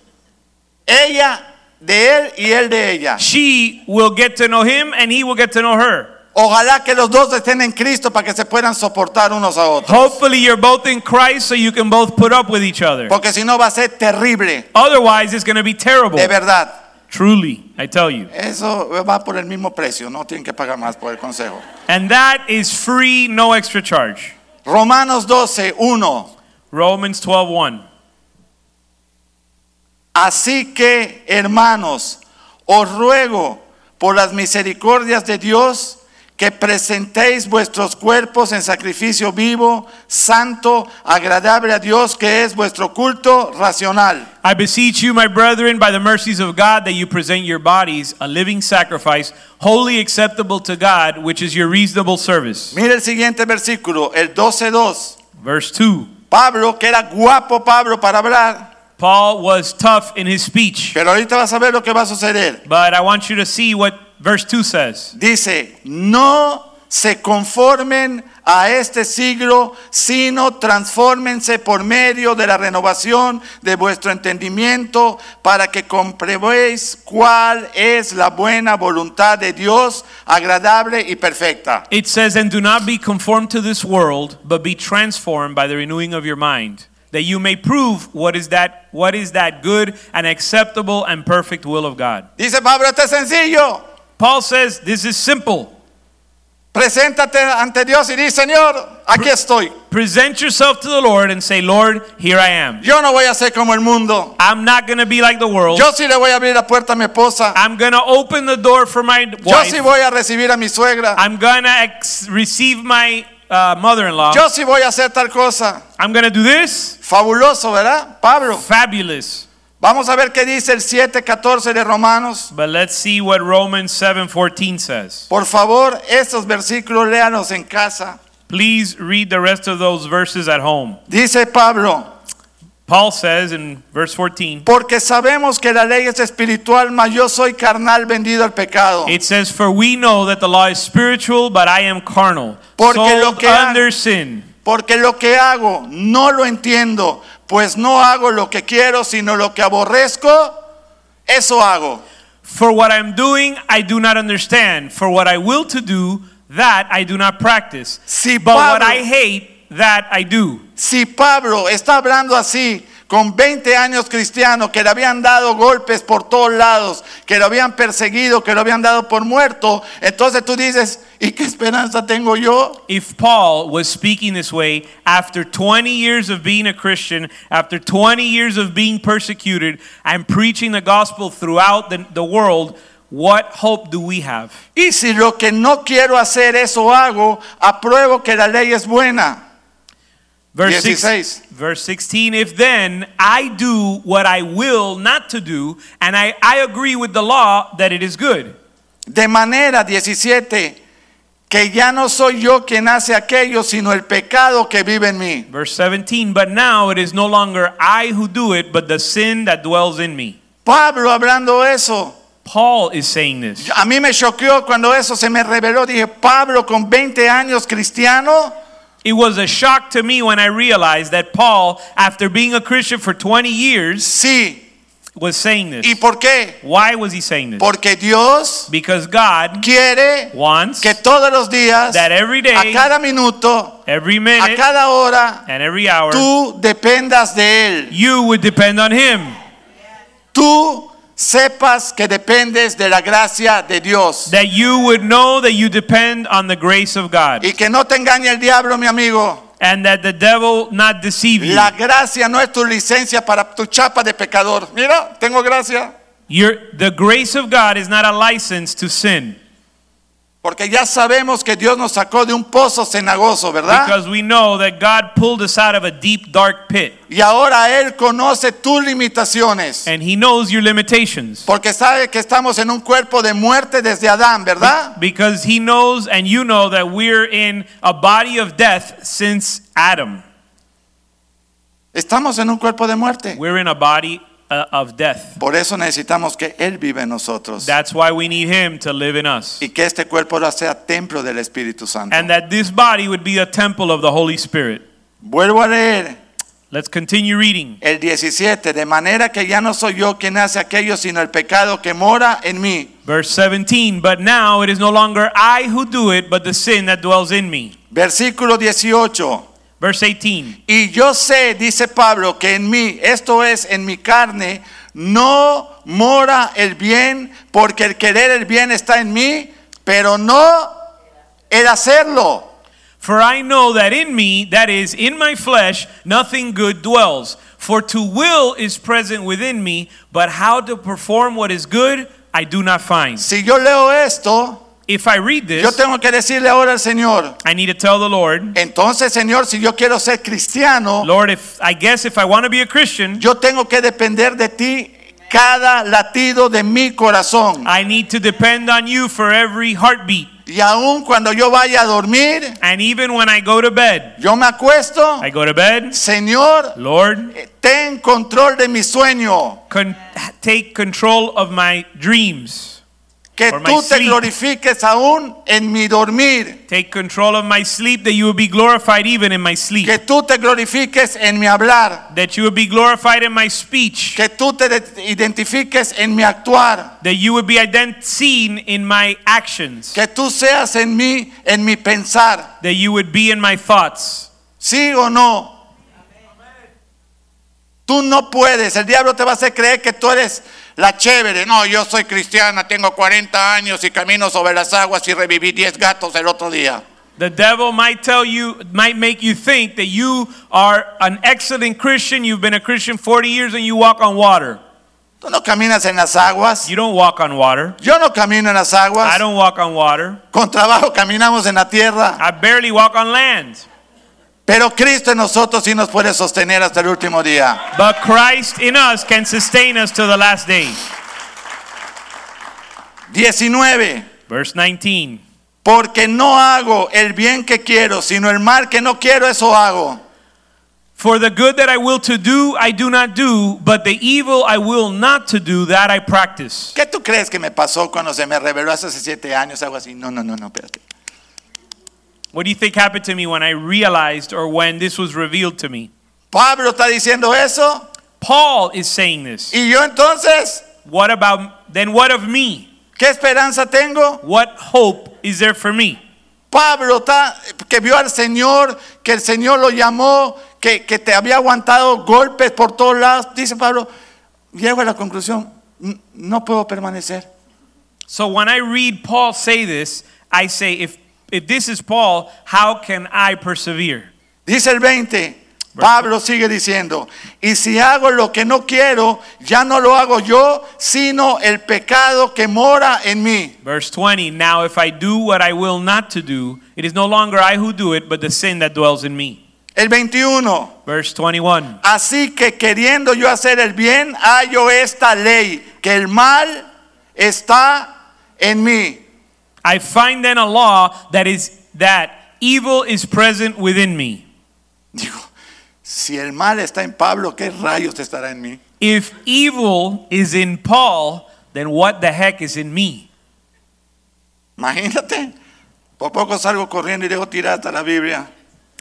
Ella de él y él de ella.
She will get to know him and he will get to know her.
Ojalá que los dos estén en Cristo para que se puedan soportar unos a otros.
Hopefully you're both in Christ so you can both put up with each other.
Porque si no va a ser terrible,
Otherwise it's going to be terrible.
de verdad.
Truly, I tell you.
Eso va por el mismo precio, no tienen que pagar más por el consejo.
And that is free, no extra charge.
Romanos 12, 1.
Romans 12:1.
Así que, hermanos, os ruego por las misericordias de Dios que presentéis vuestros cuerpos en sacrificio vivo, santo, agradable a Dios, que es vuestro culto racional.
I beseech you, my brethren, by the mercies of God, that you present your bodies a living sacrifice, wholly acceptable to God, which is your reasonable service.
Mire el siguiente versículo, el 12.2.
Verse 2.
Pablo, que era guapo Pablo para hablar,
Paul was tough in his speech,
pero ahorita vas a ver lo que va a suceder.
but I want you to see what verse 2 says.
Dice, no se conformen a este siglo, sino transfórmense por medio de la renovación de vuestro entendimiento para que compruebéis cuál es la buena voluntad de Dios, agradable y perfecta.
It says, And do not be conformed to this world, but be transformed by the renewing of your mind, that you may prove what is that what is that good and acceptable and perfect will of God.
Dice Pablo, este es sencillo.
Paul says this is simple.
Preséntate ante Dios y di, Señor, aquí estoy.
Present yourself to the Lord and say, Lord, here I am.
Yo no voy a ser como el mundo.
I'm not gonna be like the world.
Yo sí le voy a abrir la puerta a mi esposa.
I'm gonna open the door for my
Yo sí
wife.
voy a recibir a mi suegra.
I'm gonna ex- receive my uh, mother-in-law.
Yo sí voy a hacer tal cosa.
I'm gonna do this.
Fabuloso, ¿verdad? Pablo.
Fabulous.
Vamos a ver qué dice el 7:14 de Romanos.
But let's see what Romans 7:14 says.
Por favor, estos versículos léanos en casa.
Please read the rest of those verses at home.
Dice Pablo,
Paul says in verse 14,
porque sabemos que la ley es espiritual, mas yo soy carnal vendido al pecado.
it says, For we know that the law is spiritual, but I am carnal,
Porque
sold
lo que ha-
under sin.
Porque lo que hago no lo entiendo, pues no hago lo que quiero, sino lo que aborrezco, eso hago.
For what I'm doing, I do not understand. For what I will to do, that I do not practice.
Si
but what
Pablo-
I hate, that I do.
Si Pablo está hablando así, con 20 años cristiano, que le habían dado golpes por todos lados, que lo habían perseguido, que lo habían dado por muerto, entonces tú dices, ¿y qué esperanza tengo yo?
If Paul was speaking this way after 20 years of being a Christian, after 20 years of being persecuted and preaching the gospel throughout the, the world, what hope do we have?
Y si lo que no quiero hacer, eso hago, apruebo que la ley es buena.
Verse, six-
16.
verse 16 If then I do what I will not to do, and I, I agree with the law that it is good.
De manera 17, que ya no soy yo quien hace aquello, sino el pecado que vive en mí.
Verse 17, but now it is no longer I who do it, but the sin that dwells in me.
Pablo hablando eso.
Paul is saying this.
A mí me choqueó cuando eso se me reveló. Dije, Pablo con 20 años cristiano,
It was a shock to me when I realized that Paul, after being a Christian for 20 years,
sí.
was saying this.
¿Y por qué?
Why was he saying this?
Porque Dios
Because God
quiere
wants
que todos los días,
that every
a
day,
cada minuto,
every
a
minute,
cada hora,
and every hour,
tú dependas de Él.
you would depend on him.
Tú sepas que dependes de la gracia de Dios.
That you would know that you depend on the grace of God.
Y que no te engañe el diablo, mi amigo.
And that the devil not deceive you.
La gracia no es tu licencia para tu chapa de pecador. Mira, tengo gracia.
Your, the grace of God is not a license to sin.
Porque ya sabemos que Dios nos sacó de un pozo cenagoso, ¿verdad?
Because we know that God pulled us out of a deep, dark pit.
Y ahora Él conoce tus limitaciones.
And He knows your limitations.
Porque sabe que estamos en un cuerpo de muerte desde Adán, ¿verdad?
Because He knows and you know that we're in a body of death since Adam.
Estamos en un cuerpo de muerte.
We're in a body uh, of death.
Por eso necesitamos que Él viva en nosotros.
That's why we need Him to live in us.
Y que este cuerpo ahora sea templo del Espíritu Santo.
And that this body would be a temple of the Holy Spirit.
Vuelvo a leer
Let's continue reading.
el 17. De manera que ya no soy yo quien hace aquello, sino el pecado que mora en mí.
Verse 17 But now it is no longer I who do it, but the sin that dwells in me.
Versículo 18.
Verse 18
Y yo sé, dice Pablo, que en mí, esto es, en mi carne, no mora el bien, porque el querer el bien está en mí, pero no el hacerlo.
For I know that in me, that is, in my flesh, nothing good dwells. For to will is present within me, but how to perform what is good, I do not find.
Si yo leo esto,
If I read
yo
this,
tengo que decirle ahora al Señor,
I need to tell the Lord,
entonces Señor, si yo quiero ser cristiano,
Lord, if I guess if I want to be a Christian,
yo tengo que depender de ti cada latido de mi corazón.
I need to depend on you for every heartbeat.
Y aun cuando yo vaya a dormir,
And even when I go to bed,
yo me acuesto,
I go to bed,
Señor,
Lord,
Eh, Ten control de mi sueño.
con- take control of my dreams.
Que
Or my
tú te
sleep.
glorifiques aún en mi dormir.
Take control of my sleep, that you will be glorified even in my sleep.
Que tú te glorifiques en mi hablar.
That you would be glorified in my speech.
Que tú te de- identifiques en mi actuar.
That you would be ident- seen in my actions.
Que tú seas en mí, en mi pensar.
That you would be in my thoughts.
¿Sí o no? Tú no puedes. El diablo te va a hacer creer que tú eres la chévere. No, yo soy cristiana, tengo 40 años y camino sobre las aguas y reviví 10 gatos el otro día.
The devil might tell you, might make you think that you are an excellent Christian. You've been a Christian 40 years and you walk on water.
Tú no caminas en las aguas.
You don't walk on water.
Yo no camino en las aguas.
I don't walk on water.
Con trabajo caminamos en la tierra.
I barely walk on land.
Pero Cristo en nosotros sí nos puede sostener hasta el último día.
But Christ in us can sustain us to the last day.
19.
Verse 19.
Porque no hago el bien que quiero, sino el mal que no quiero, eso hago.
For the good that I will to do, I do not do, but the evil I will not to do, that I practice.
¿Qué tú crees que me pasó cuando se me reveló hace siete años? Algo así. No, no, no, no, espérate.
What do you think happened to me when I realized or when this was revealed to me?
Pablo está diciendo eso.
Paul is saying this.
Y yo entonces,
What about, then what of me?
¿qué esperanza tengo?
What hope is there for me?
Pablo está, que vio al Señor, que el Señor lo llamó, que, que te había aguantado golpes por todos lados. Dice Pablo, llego a la conclusión, "N- no puedo permanecer.
So when I read Paul say this, I say, if, if this is Paul, how can I persevere?
Dice el 20, Pablo sigue diciendo, y si hago lo que no quiero, ya no lo hago yo, sino el pecado que mora en mí.
Verse 20 Now if I do what I will not to do, it is no longer I who do it, but the sin that dwells in me.
El 21,
Verse 21.
así que queriendo yo hacer el bien, hallo esta ley, que el mal está en mí.
I find then a law that is that evil is present within me.
Digo, si el mal está en Pablo, ¿qué rayos estará en mí?
If evil is in Paul, then what the heck is in me?
Imagínate. Por poco salgo corriendo y dejo tirada hasta la Biblia.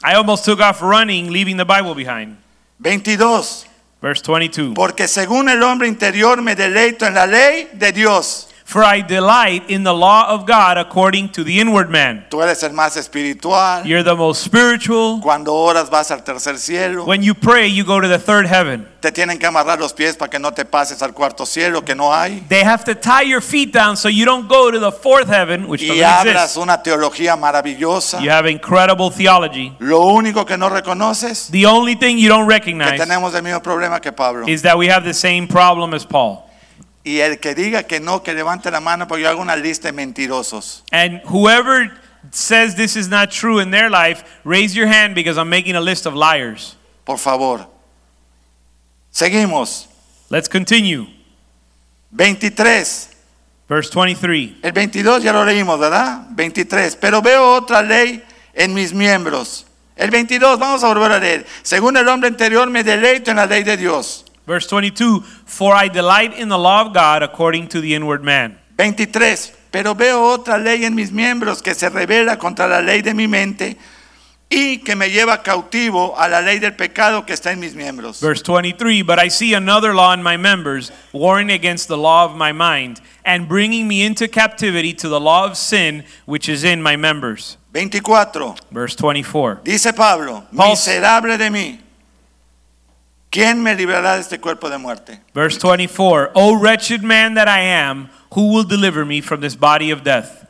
I almost took off running, leaving the Bible behind.
22.
Verse 22.
Porque según el hombre interior me deleito en la ley de Dios.
For I delight in the law of God according to the inward man.
Tú eres el más espiritual.
You're the most spiritual.
Cuando oras vas al tercer cielo.
When you pray, you go to the third heaven.
Te tienen que amarrar los pies para que no te pases al cuarto cielo que no hay.
They have to tie your feet down so you don't go to the fourth heaven, which
Y
doesn't
hablas
exist.
una teología maravillosa.
You have incredible theology.
Lo único que no reconoces
The only thing you don't
que
recognize
tenemos el mismo problema que Pablo.
is that we have the same problem as Paul.
Y el que diga que no, que levante la mano, porque yo hago una lista de mentirosos.
And whoever says this is not true in their life, raise your hand because I'm making a list of liars.
Por favor. Seguimos.
Let's continue.
23.
Verse 23.
El 22 ya lo leímos, ¿verdad? 23. Pero veo otra ley en mis miembros. El 22, vamos a volver a leer. Según el hombre interior, me deleito en la ley de Dios.
Verse 22. For I delight in the law of God according to the inward man.
23. Pero veo otra ley en mis miembros que se revela contra la ley de mi mente y que me lleva cautivo a la ley del pecado que está en mis miembros.
Verse 23. But I see another law in my members, warring against the law of my mind, and bringing me into captivity to the law of sin which is in my members.
24.
Verse 24.
Dice Pablo,
Paul-
miserable de mí. ¿Quién me librará de este cuerpo de muerte?
Verse 24. O wretched man that I am, who will deliver me from this body of death?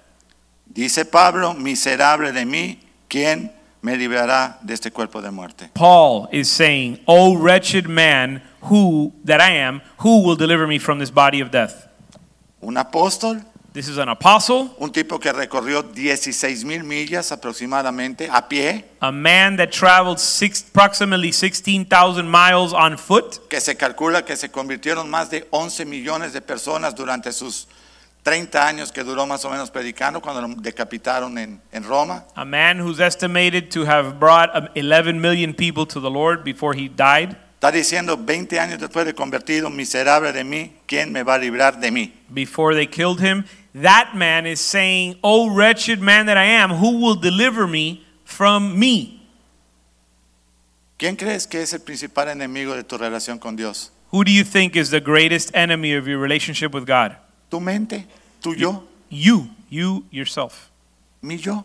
Dice Pablo, miserable de mí, ¿quién me librará de este cuerpo de muerte?
Paul is saying, O wretched man who that I am, who will deliver me from this body of death?
Un apóstol,
This is an apostle,
un tipo que recorrió 16 mil millas aproximadamente a pie,
a man that traveled six, approximately 16,000 miles on foot.
que se calcula que se convirtieron más de 11 millones de personas durante sus 30 años que duró más o menos predicando cuando lo decapitaron en, en Roma.
A man who's estimated to have brought um, 11 million people to the Lord before he died,
Está diciendo, 20 años después de convertido, miserable de mí, ¿quién me va a librar de mí?
before they killed him. That man is saying, O wretched man that I am, who will deliver me from me?
¿Quién crees que es el principal enemigo de tu relación con Dios?
Who do you think is the greatest enemy of your relationship with God?
¿Tu mente? ¿Tu yo?
You, you yourself.
¿Mi yo?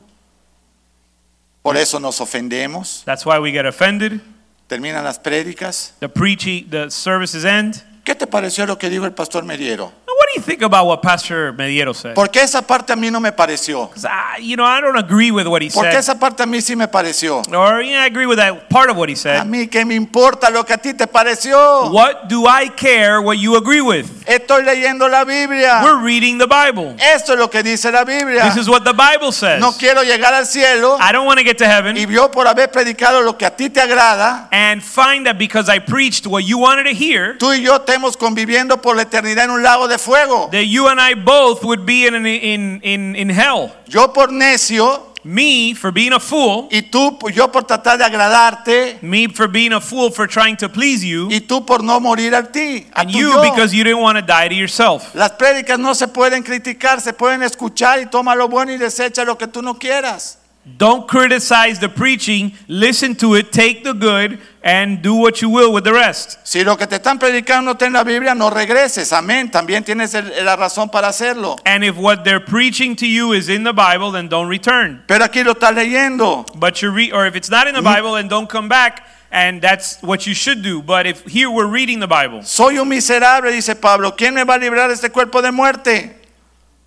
Por eso nos ofendemos,
That's why we get offended.
terminan las prédicas.
The preaching, the services end.
¿Qué te pareció lo que dijo el pastor Mediero?
Now, What do you think about what Pastor Mediero said?
Porque esa parte a mí no me pareció.
'Cause I, you know, I don't agree with what he
Porque
said.
esa parte a mí sí me pareció.
Or, yeah, I agree with that part of what he
A
said.
mí qué me importa lo que a ti te pareció.
What do I care what you agree with?
Estoy leyendo la Biblia.
We're reading the Bible.
Esto es lo que dice la Biblia.
This is what the Bible says.
No quiero llegar al cielo
I don't want to get to
y
heaven
yo por haber predicado lo que a ti te agrada.
and find that because I preached what you wanted to hear,
Tú y yo estemos conviviendo por la eternidad en un lago de fuego.
that you and I both would be in an, in in in hell.
Yo por necio
Me for being a fool,
y tú yo por tratar de agradarte
me for being a fool for trying to please you,
y tú por no morir a ti, a
and
tu
you
yo.
because you didn't want to die to yourself.
Las prédicas no se pueden criticar, se pueden escuchar y toma lo bueno y desecha lo que tú no quieras.
Don't criticize the preaching, listen to it, take the good and do what you will with the rest.
Si lo que te están predicando no está en la Biblia, no regreses. Amén. También tienes el- la razón para hacerlo.
And if what they're preaching to you is in the Bible, then don't return.
Pero aquí lo estás leyendo.
But you read, or if it's not in the Bible, then don't come back. And that's what you should do. But if here we're reading the Bible,
Soy un miserable, dice Pablo. ¿Quién me va a librar de este cuerpo de muerte?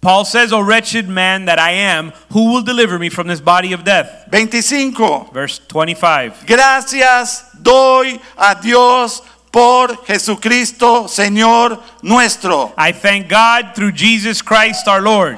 Paul says, "O wretched man that I am, who will deliver me from this body of death?"
25.
Verse 25.
Gracias doy a Dios por Jesucristo, Señor nuestro.
I thank God through Jesus Christ our Lord.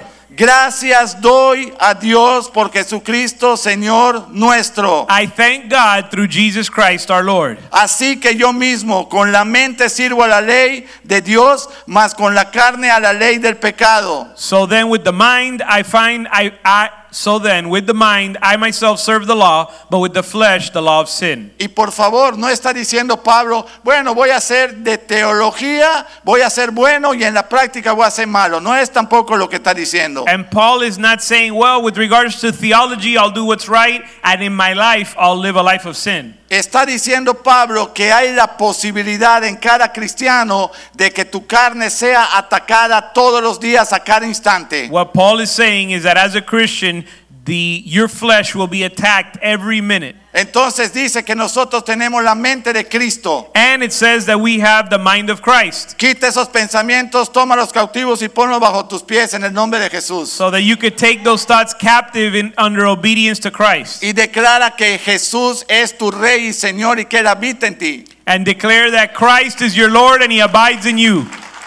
Gracias doy a Dios por Jesucristo, Señor nuestro.
I thank God through Jesus Christ our Lord.
Así que yo mismo con la mente sirvo a la ley de Dios, mas con la carne a la ley del pecado.
So then with the mind I find I, I so then with the mind I myself serve the law, but with the flesh the law of sin.
Y por favor, no está diciendo Pablo, bueno, voy a hacer de teología, voy a ser bueno y en la práctica voy a ser malo. No es tampoco lo que está diciendo.
And Paul is not saying, well, with regards to theology, I'll do what's right, and in my life, I'll live a life of sin.
Está diciendo Pablo que hay la posibilidad en cada cristiano de que tu carne sea atacada todos los días, a cada instante.
What Paul is saying is that as a Christian, the your flesh will be attacked every minute.
Entonces dice que nosotros tenemos la mente de Cristo.
And it says that we have the mind of Christ.
Quita esos pensamientos, toma los cautivos y ponlos bajo tus pies en el nombre de Jesús.
So that you could take those thoughts captive in, under obedience to Christ
Y declara que Jesús es tu Rey y Señor y que Él habita en ti.
and declare that Christ is your Lord and He abides in you.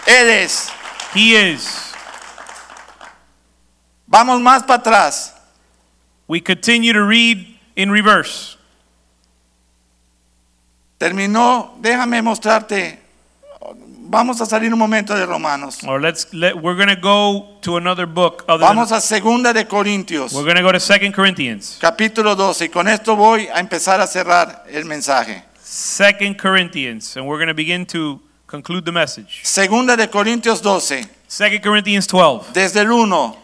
Él es.
He is.
Vamos más para atrás.
We continue to read in reverse.
Terminó, déjame mostrarte. Vamos a salir un momento de Romanos.
Or let's let we're going to go to another book other than-
Vamos a Segunda de Corintios,
We're going to go to 2 Corinthians.
capítulo 12. Y con esto voy a empezar a cerrar el mensaje.
2 Corinthians and we're going to begin to conclude the message.
Segunda de Corintios 12,
2 Corinthians 12
desde el 1.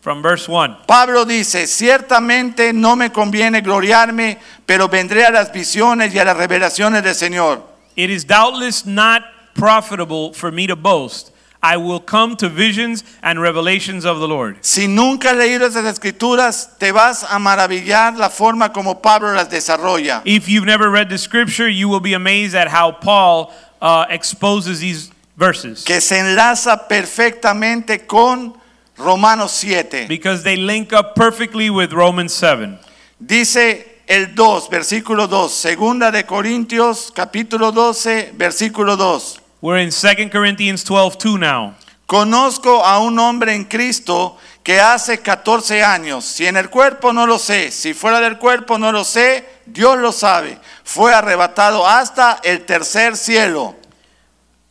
from verse 1.
Pablo dice, ciertamente no me conviene gloriarme, pero vendré a las visiones y a las revelaciones del Señor.
It is doubtless not profitable for me to boast. I will come to visions and revelations of the Lord.
Si nunca has leído esas escrituras, te vas a maravillar la forma como Pablo las desarrolla.
If you've never read the scripture, you will be amazed at how Paul uh, exposes these verses
que se enlaza perfectamente con Romanos 7.
because they link up perfectly with Romans 7.
Dice el 2, versículo 2, segunda de Corintios, capítulo 12, versículo 2.
We're in 2 Corinthians 12 2 now.
Conozco a un hombre en Cristo que hace 14 años, si en el cuerpo no lo sé, si fuera del cuerpo no lo sé, Dios lo sabe, fue arrebatado hasta el tercer cielo.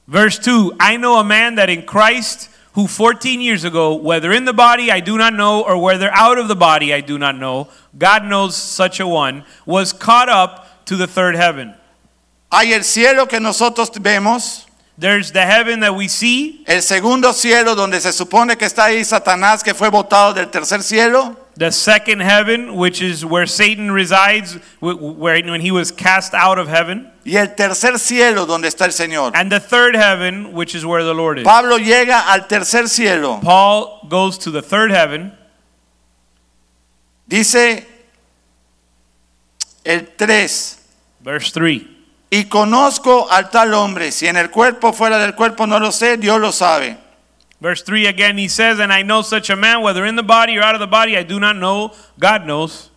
Verse 2 I know a man that in Christ, who 14 years ago, whether in the body I do not know, or whether out of the body I do not know, God knows such a one, was caught up to the third heaven.
Hay el cielo que nosotros vemos,
There's the heaven that we see,
el segundo cielo donde se supone que está ahí Satanás que fue botado del tercer cielo.
the second heaven, which is where Satan resides, wh- where when he was cast out of heaven,
Y el tercer cielo donde está el Señor.
and the third heaven, which is where the Lord is.
Pablo llega al tercer cielo.
Paul goes to the third heaven,
Dice el 3.
verse 3.
Y conozco al tal hombre. Si en el cuerpo, fuera del cuerpo, no lo sé, Dios lo sabe.
Verse 3 again, he says, And I know such a man, whether in the body or out of the body, I do not know. God knows.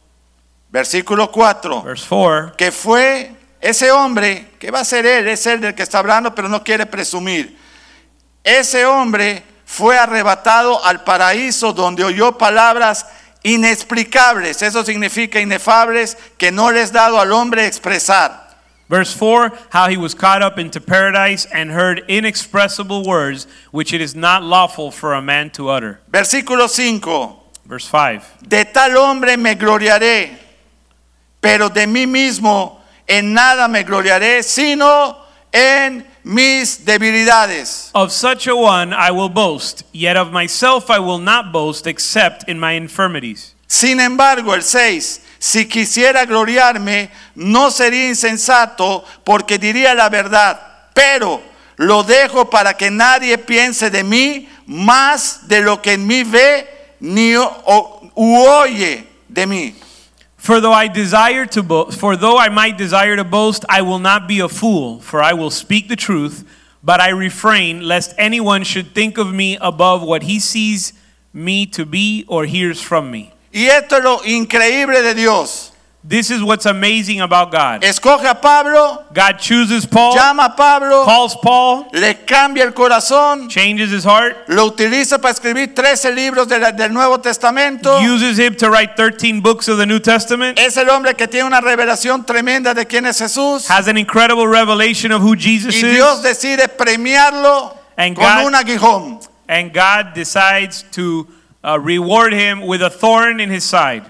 Versículo 4.
Verse 4.
Que fue ese hombre, que va a ser él, es él del que está hablando, pero no quiere presumir. Ese hombre fue arrebatado al paraíso donde oyó palabras inexplicables. Eso significa inefables que no les dado al hombre expresar.
Verse 4 How he was caught up into paradise and heard inexpressible words, which it is not lawful for a man to utter.
Versículo 5.
Verse 5.
De tal hombre me gloriaré, pero de mí mismo en nada me gloriaré, sino en mis debilidades.
Of such a one I will boast, yet of myself I will not boast except in my infirmities.
Sin embargo, el 6. Si quisiera gloriarme, no sería insensato porque diría la verdad, pero lo dejo para que nadie piense de mí más de lo que en mí ve ni o- o- u oye de mí.
For though I desire to boast, for though I might desire to boast, I will not be a fool, for I will speak the truth, but I refrain lest anyone should think of me above what he sees me to be or hears from me.
Y esto es lo increíble de Dios.
This is what's amazing about God.
Escoge a Pablo,
God chooses Paul,
llama a Pablo,
calls Paul,
le cambia el corazón,
changes his heart,
lo utiliza para escribir 13 libros de la- del Nuevo Testamento.
uses him to write 13 books of the New Testament,
Es el hombre que tiene una revelación tremenda de quién es Jesús.
has an incredible revelation of who Jesus
Y Dios
is,
decide premiarlo
And
con
God-
un aguijón.
and God decides to uh, reward him with a thorn in his side.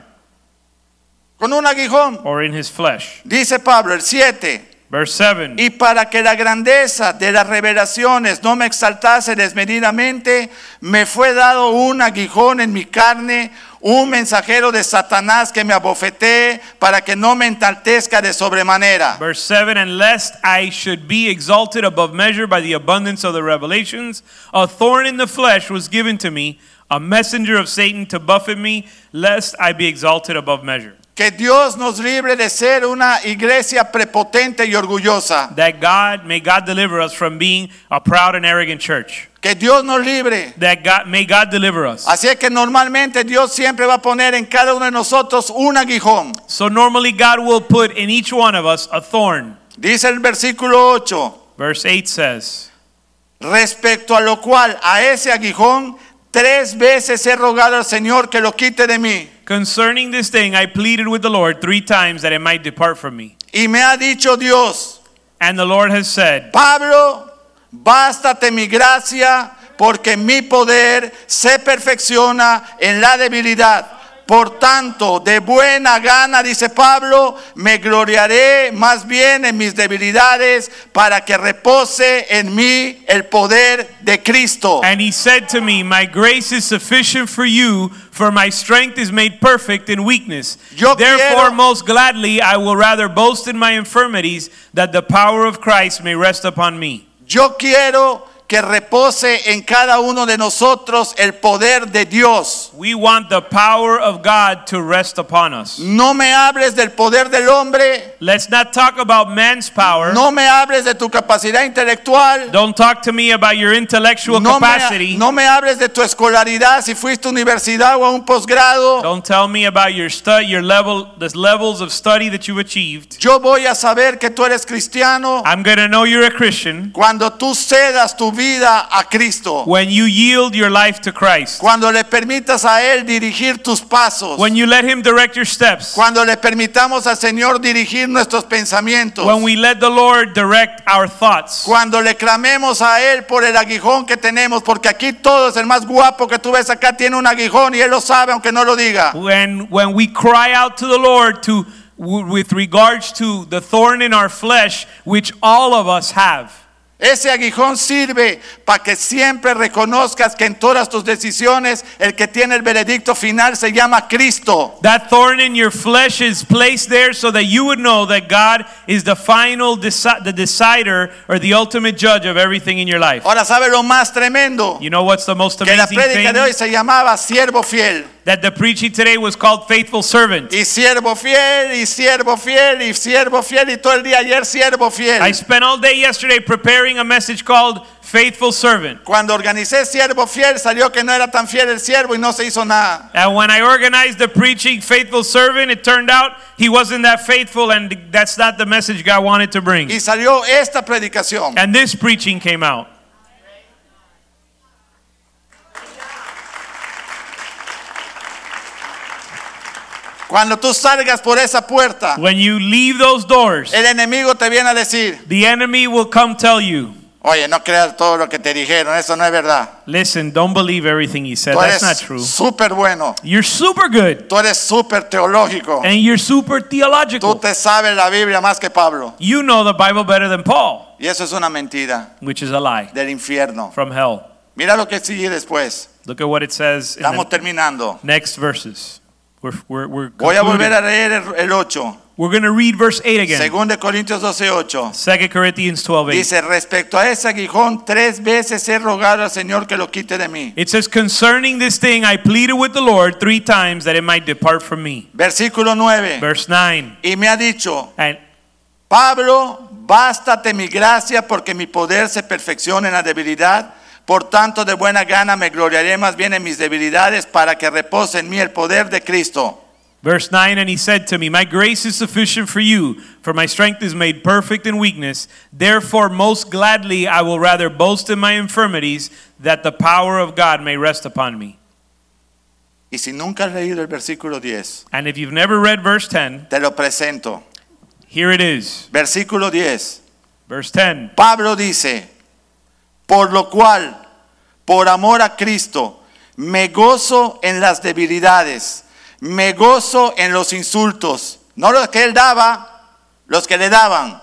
Con un aguijón.
or in his flesh.
Dice Pablo, el 7.
Verse 7
Y para que la grandeza de las revelaciones no me exaltase desmedidamente, me fue dado un aguijón en mi carne, un mensajero de Satanás que me abofetee para que no me entaltezca de sobremanera.
Verse 7 And lest I should be exalted above measure by the abundance of the revelations, a thorn in the flesh was given to me, a messenger of Satan to buffet me, lest I be exalted above measure.
Que Dios nos libre de ser una iglesia prepotente y orgullosa.
That God, may God deliver us from being a proud and arrogant church.
Que Dios nos libre.
That God, may God deliver us.
Así es que normalmente Dios siempre va a poner en cada uno de nosotros un aguijón.
So normally God will put in each one of us a thorn.
Dice el versículo 8.
Verse 8 says,
Respecto a lo cual, a ese aguijón, tres veces he rogado al Señor que lo quite de mí.
Concerning this thing, I pleaded with the Lord three times that it might depart from me.
Y me ha dicho Dios,
And the Lord has said,
Pablo, bástate mi gracia, porque mi poder se perfecciona en la debilidad. Por tanto, de buena gana, dice Pablo, me gloriaré más bien en mis debilidades para que repose en mí el poder de Cristo.
And he said to me, My grace is sufficient for you, for my strength is made perfect in weakness.
Yo
Therefore,
quiero-
most gladly, I will rather boast in my infirmities, that the power of Christ may rest upon me.
Yo quiero que repose en cada uno de nosotros el poder de Dios.
We want the power of God to rest upon us.
No me hables del poder del hombre,
Let's not talk about man's power.
no me hables de tu capacidad intelectual,
Don't talk to me about your intellectual
no
capacity.
me, no me hables de tu escolaridad, si fuiste a universidad o a un posgrado.
Don't tell me about your stud, your level, the levels of study that you've achieved.
Yo voy a saber que tú eres cristiano
I'm gonna know you're a Christian
cuando tú cedas tu vida a Cristo,
when you yield your life to Christ.
cuando le permitas a Él dirigir tus pasos,
When you let Him direct your steps.
cuando le permitamos al Señor dirigir nuestros pensamientos.
When we let the Lord direct our thoughts.
Cuando le clamemos a Él por el aguijón que tenemos, porque aquí todos, el más guapo que tú ves acá, tiene un aguijón y Él lo sabe, aunque no lo diga.
When when we cry out to the Lord to with regards to the thorn in our flesh, which all of us have.
Ese aguijón sirve para que siempre reconozcas que en todas tus decisiones el que tiene el veredicto final se llama Cristo.
That thorn in your flesh is placed there so that you would know that God is the final deci- the decider or the ultimate judge of everything in your life.
Ahora sabe lo más tremendo,
You know what's the most
Oh. que la
amazing
prédica de hoy
thing?
se llamaba siervo fiel.
That the preaching today was called faithful servant.
Y siervo fiel, y siervo fiel, y siervo fiel, y todo el día ayer siervo
I
fiel.
spent all day yesterday preparing a message called faithful servant.
Cuando organicé siervo fiel, salió que no era tan fiel el siervo y no se hizo nada.
And when I organized the preaching faithful servant, it turned out he wasn't that faithful and that's not the message God wanted to bring.
Y salió esta predicación.
And this preaching came out.
Cuando tú salgas por esa puerta,
When you leave those doors,
el enemigo te viene a decir,
the enemy will come tell you
oye, no creas todo lo que te dijeron, eso no es verdad.
Listen, don't believe everything he said.
Tú
That's not true.
eres súper bueno,
You're super good
tú eres súper teológico,
and you're super
tú
theological.
te sabes la Biblia más que Pablo.
You know the Bible better than Paul,
Y eso es una mentira
which is a lie
del infierno.
from hell.
Mira lo que sigue después.
Look at what it says in
Estamos
the
terminando.
next verses. We're, we're, we're,
Voy a volver a
concluding.
leer el- el 8.
we're going to read verse 8 again.
Según de Corintios 12, 8.
2 Corinthians 12 8.
Dice, respecto a ese aguijón, tres veces he rogado al Señor que lo quite de mí.
It says, Concerning this thing, I pleaded with the Lord three times that it might depart from me.
Versículo 9.
Verse 9.
Y me ha dicho,
And
Pablo, bástate mi gracia porque mi poder se perfecciona en la debilidad. Por tanto, de buena gana me gloriaré más bien en mis debilidades para que repose en mí el poder de Cristo.
Verse 9, and he said to me, My grace is sufficient for you, for my strength is made perfect in weakness. Therefore, most gladly I will rather boast in my infirmities, that the power of God may rest upon me.
Y si nunca has leído el versículo 10,
And if you've never read verse 10,
te lo presento.
here it is.
Versículo 10.
Verse 10
Pablo dice, por lo cual, por amor a Cristo, me gozo en las debilidades, me gozo en los insultos, no los que él daba, los que le daban.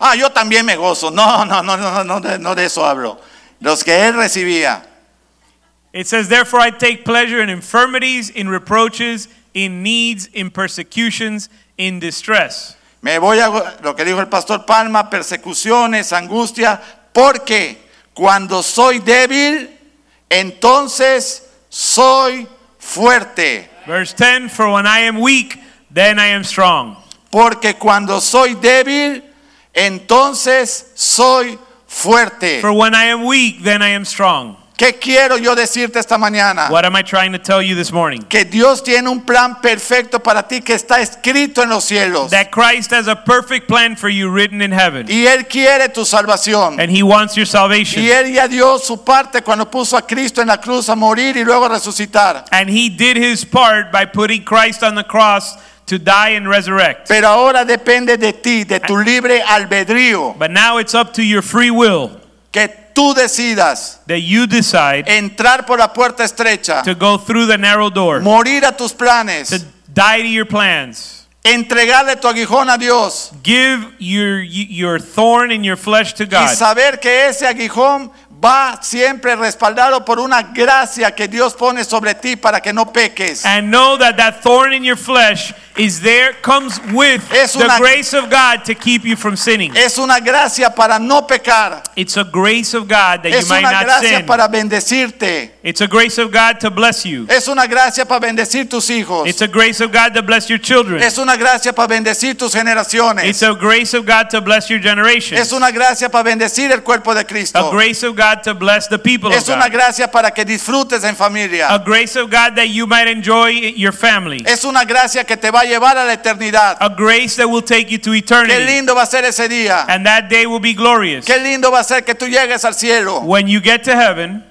Ah, yo también me gozo. No, no, no, no, no, no, de, no de eso hablo. Los que él recibía.
It says, Therefore I take pleasure in infirmities, in reproaches, in needs, in persecutions, in distress.
Me voy a, go- lo que dijo el pastor Palma, persecuciones, angustia, porque cuando soy débil, entonces soy fuerte.
Verse 10 For when I am weak, then I am strong.
Porque cuando soy débil, entonces soy fuerte.
For when I am weak, then I am strong.
¿Qué quiero yo decirte esta mañana?
What am I trying to tell you this morning?
Que Dios tiene un plan perfecto para ti que está escrito en los cielos.
That Christ has a perfect plan for you written in heaven.
Y Él quiere tu salvación.
And he wants your salvation.
Y Él ya dio su parte cuando puso a Cristo en la cruz a morir y luego a resucitar.
And he did his part by putting Christ on the cross to die and resurrect.
Pero ahora depende de ti, de tu libre albedrío,
But now it's up to your free will
que tú decidas
that you decide
entrar por la puerta estrecha,
to go through the narrow door,
morir a tus planes,
to die to your plans.
entregarle tu aguijón a Dios
Give your your thorn in your flesh to
y
God
saber que ese aguijón va siempre respaldado por una gracia que Dios pone sobre ti para que no peques.
and know that that thorn in your flesh is there comes with
Es
the
una-
grace of God to keep you from sinning.
Es una gracia para no pecar.
It's a grace of God that you
Es
might
una
not
gracia
sin.
para bendecirte.
It's a grace of God to bless you.
Es una gracia para bendecir tus hijos.
It's a grace of God to bless your children.
Es una gracia para bendecir tus generaciones.
It's a grace of God to bless your generation.
Es una gracia para bendecir el cuerpo de
A
Cristo.
grace of God to bless the people of
Es una
God.
gracia para que disfrutes en
A
familia.
grace of God that you might enjoy your family.
Es una gracia que te va a llevar a la eternidad.
A grace that will take you to
Qué
eternity.
lindo va a ser ese día.
And that day will be glorious.
Qué lindo va a ser que tú llegues al cielo.
When you get to heaven,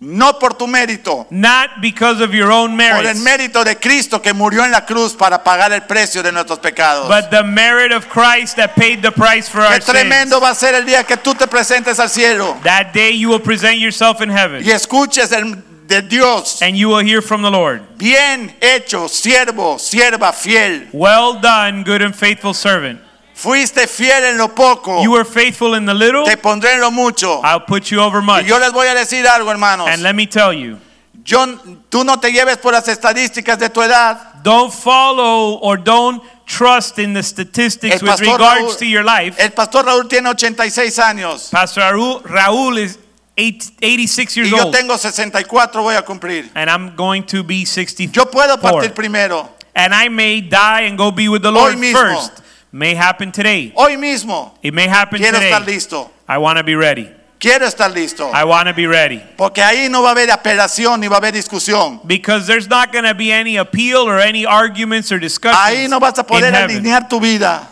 No por tu mérito,
not because of your own
por el
merits,
mérito de Cristo que murió en la cruz para pagar el precio de nuestros pecados.
but the merit of Christ that paid the price for our
Qué
sins.
tremendo va a ser el día que tú te presentes al cielo
That day you will present yourself in heaven
y escuches el- de Dios.
and you will hear from the Lord.
Bien hecho, siervo, sierva fiel.
Well done, good and faithful servant.
Fuiste fiel en lo poco.
You were faithful in the little,
Te pondré en lo mucho.
I'll put you over much.
Y yo les voy a decir algo, hermanos.
And let me tell you,
Yo, tú no te lleves por las estadísticas de tu edad.
Don't follow or don't trust in the
El
statistics with
pastor,
regards to
Raúl,
your life.
el pastor Raúl tiene 86 años
Pastor Raul, Raul is eight, 86
y
years
yo
old,
tengo 64, voy a cumplir.
and I'm going to be 64.
Yo puedo partir primero,
And I may die and go be with the
Hoy
Lord
mismo.
first. May happen today.
hoy mismo.
It may happen
Quiero estar
today.
listo,
I want to be ready.
quiero estar listo.
I want to be ready.
Porque ahí no va a haber apelación ni va a haber discusión.
Because there's not going to be any appeal or any arguments or
Ahí
discussions
no vas a
in
poder
heaven.
alinear tu vida.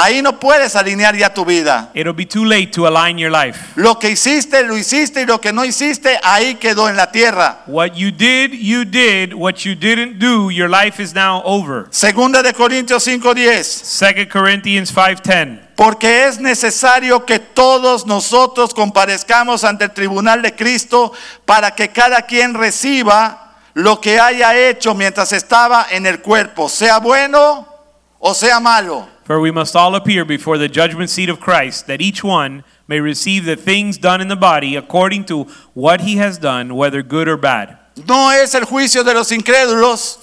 Ahí no puedes alinear ya tu vida.
It'll be too late to align your life.
Lo que hiciste, lo hiciste y lo que no hiciste, ahí quedó en la tierra.
What you did, you did. What you didn't do, your life is now over.
Segunda de Corintios 5:10.
2 Corinthians 5:10.
Porque es necesario que todos nosotros comparezcamos ante el tribunal de Cristo para que cada quien reciba lo que haya hecho mientras estaba en el cuerpo, sea bueno o sea malo.
For we must all appear before the judgment seat of Christ, that each one may receive the things done in the body according to what he has done, whether good or bad.
No es el juicio de los incrédulos,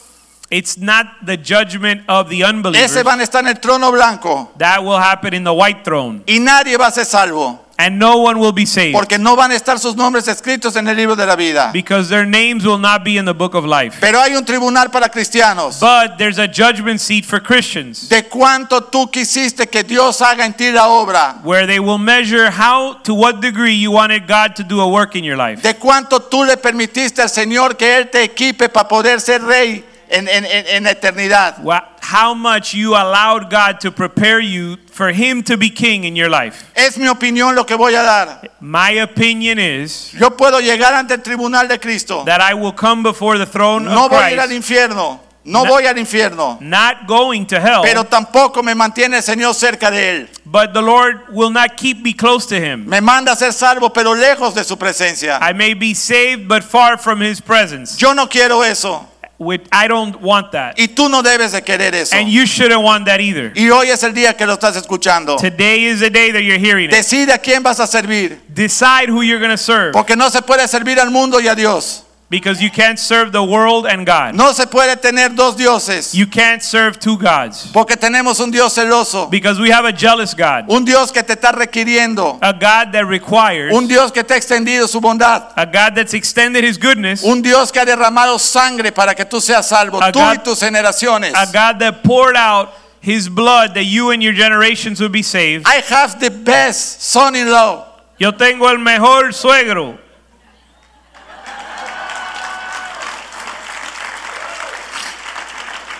It's not the judgment of the
ese
unbelievers.
van a estar en el trono blanco
That will happen in the white throne,
y nadie va a ser salvo,
and no one will be saved
porque no van a estar sus nombres escritos en el libro de la vida.
because their names will not be in the book of life.
Pero hay un tribunal para cristianos.
But there's a judgment seat for Christians.
De cuánto tú quisiste que Dios haga en ti la obra.
where they will measure how to what degree you wanted God to do a work in your life.
de cuánto tú le permitiste al Señor que Él te equipe para poder ser rey en, en- en- en la eternidad.
Wha- How much you allowed God to prepare you for Him to be king in your life.
Es mi opinión lo que voy a dar.
My opinion is
Yo puedo llegar ante el tribunal de Cristo.
that I will come before the throne
No
of
voy a ir al
Christ,
infierno. No
Na-
voy al infierno.
not going to hell,
Pero tampoco me mantiene el Señor cerca de Él.
but the Lord will not keep me close to Him.
Me manda a ser salvo, pero lejos de su presencia.
I may be saved, but far from His presence.
Yo no quiero eso.
With, I don't want that.
Y tú no debes de querer eso.
And you shouldn't want that either.
Y hoy es el día que lo estás escuchando.
Today is the day that you're hearing it.
Decide a quién vas a servir.
Decide who you're going to serve.
Porque no se puede servir al mundo y a Dios.
Because you can't serve the world and God.
No se puede tener dos dioses.
You can't serve two gods.
Porque tenemos un Dios celoso,
Because we have a jealous God,
un Dios que te está requiriendo,
a God that requires,
un Dios que te ha extendido su bondad,
a God that's extended his goodness, a
un Dios que ha derramado sangre para que tú seas salvo,
A
tú
God-
y tus generaciones.
God that poured out his blood that you and your generations would be saved.
I have the best son-in-law.
Yo tengo el mejor suegro.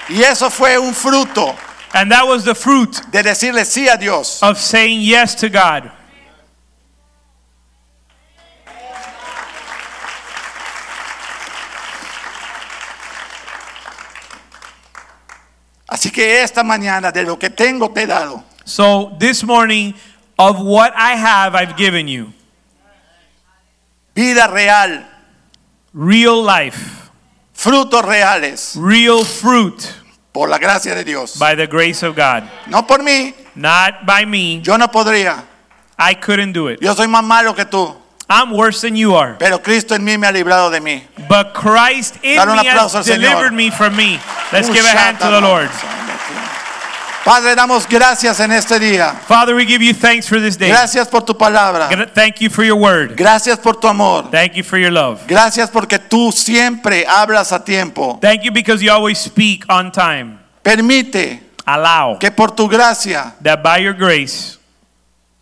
Y eso fue un fruto
And that was the fruit
de decirle sí a Dios.
of saying yes to God.
Así que esta mañana de lo que tengo te he dado.
So this morning, of what I have, I've given you
Vida real,
real life,
frutos reales,
real fruit
por la gracia de Dios.
by the grace of God.
No por mí,
Not by me.
yo no podría.
I couldn't do it.
Yo soy más malo que tú,
I'm worse than you are.
pero Cristo en mí me ha librado de mí.
But Christ in
Dale un
me has
aplauso al Señor.
delivered me from me. Let's give a hand to the Lord.
Padre, damos gracias en este día.
Father, we give you thanks for this day.
Gracias por tu palabra.
Gonna- Thank you for your word.
Gracias por tu amor.
Thank you for your love.
Gracias porque tú siempre hablas a tiempo.
Thank you because you always speak on time.
Permite
Allow
que por tu gracia
that by your grace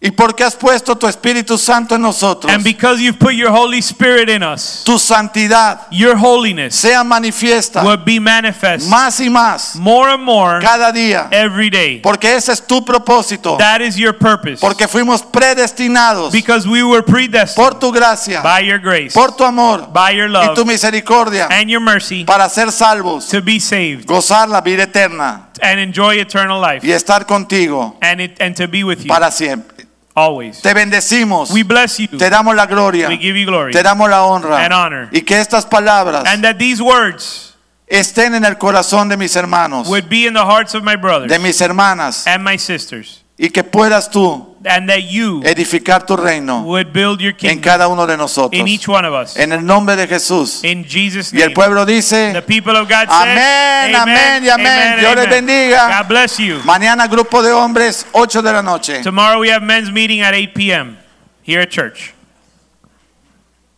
y porque has puesto tu Espíritu Santo en nosotros,
and because you've put your Holy Spirit in us,
tu santidad
your holiness
sea manifiesta
will be manifest
más y más
more and more
cada día.
every day.
Porque ese es tu propósito.
That is your purpose.
Porque fuimos predestinados
Because we were predestined
por tu gracia,
by your grace,
por tu amor
by your
y
love,
tu misericordia
and your mercy
para ser salvos,
to be saved
gozar la vida eterna
and enjoy eternal life
y estar contigo
and, it, and to be with you
para siempre.
always.
Te bendecimos,
We bless you
te damos la gloria,
We give you glory
te damos la honra
and honor.
y que estas palabras
and that these words
estén en el corazón de mis hermanos,
would be in the hearts of my brothers
de mis hermanas
and my sisters
y que puedas tú
and that you
edificar tu reino
would build your
en
kingdom
cada uno de nosotros.
in each one of us.
En el nombre de Jesús.
In Jesus'
Y el
name.
pueblo
The
dice,
people of God
Amén,
said,
amén y amén.
amen,
Dios les
amen.
bendiga.
God bless you.
mañana grupo de hombres, 8 de la noche.
Tomorrow we have men's meeting at 8 p.m. here at church.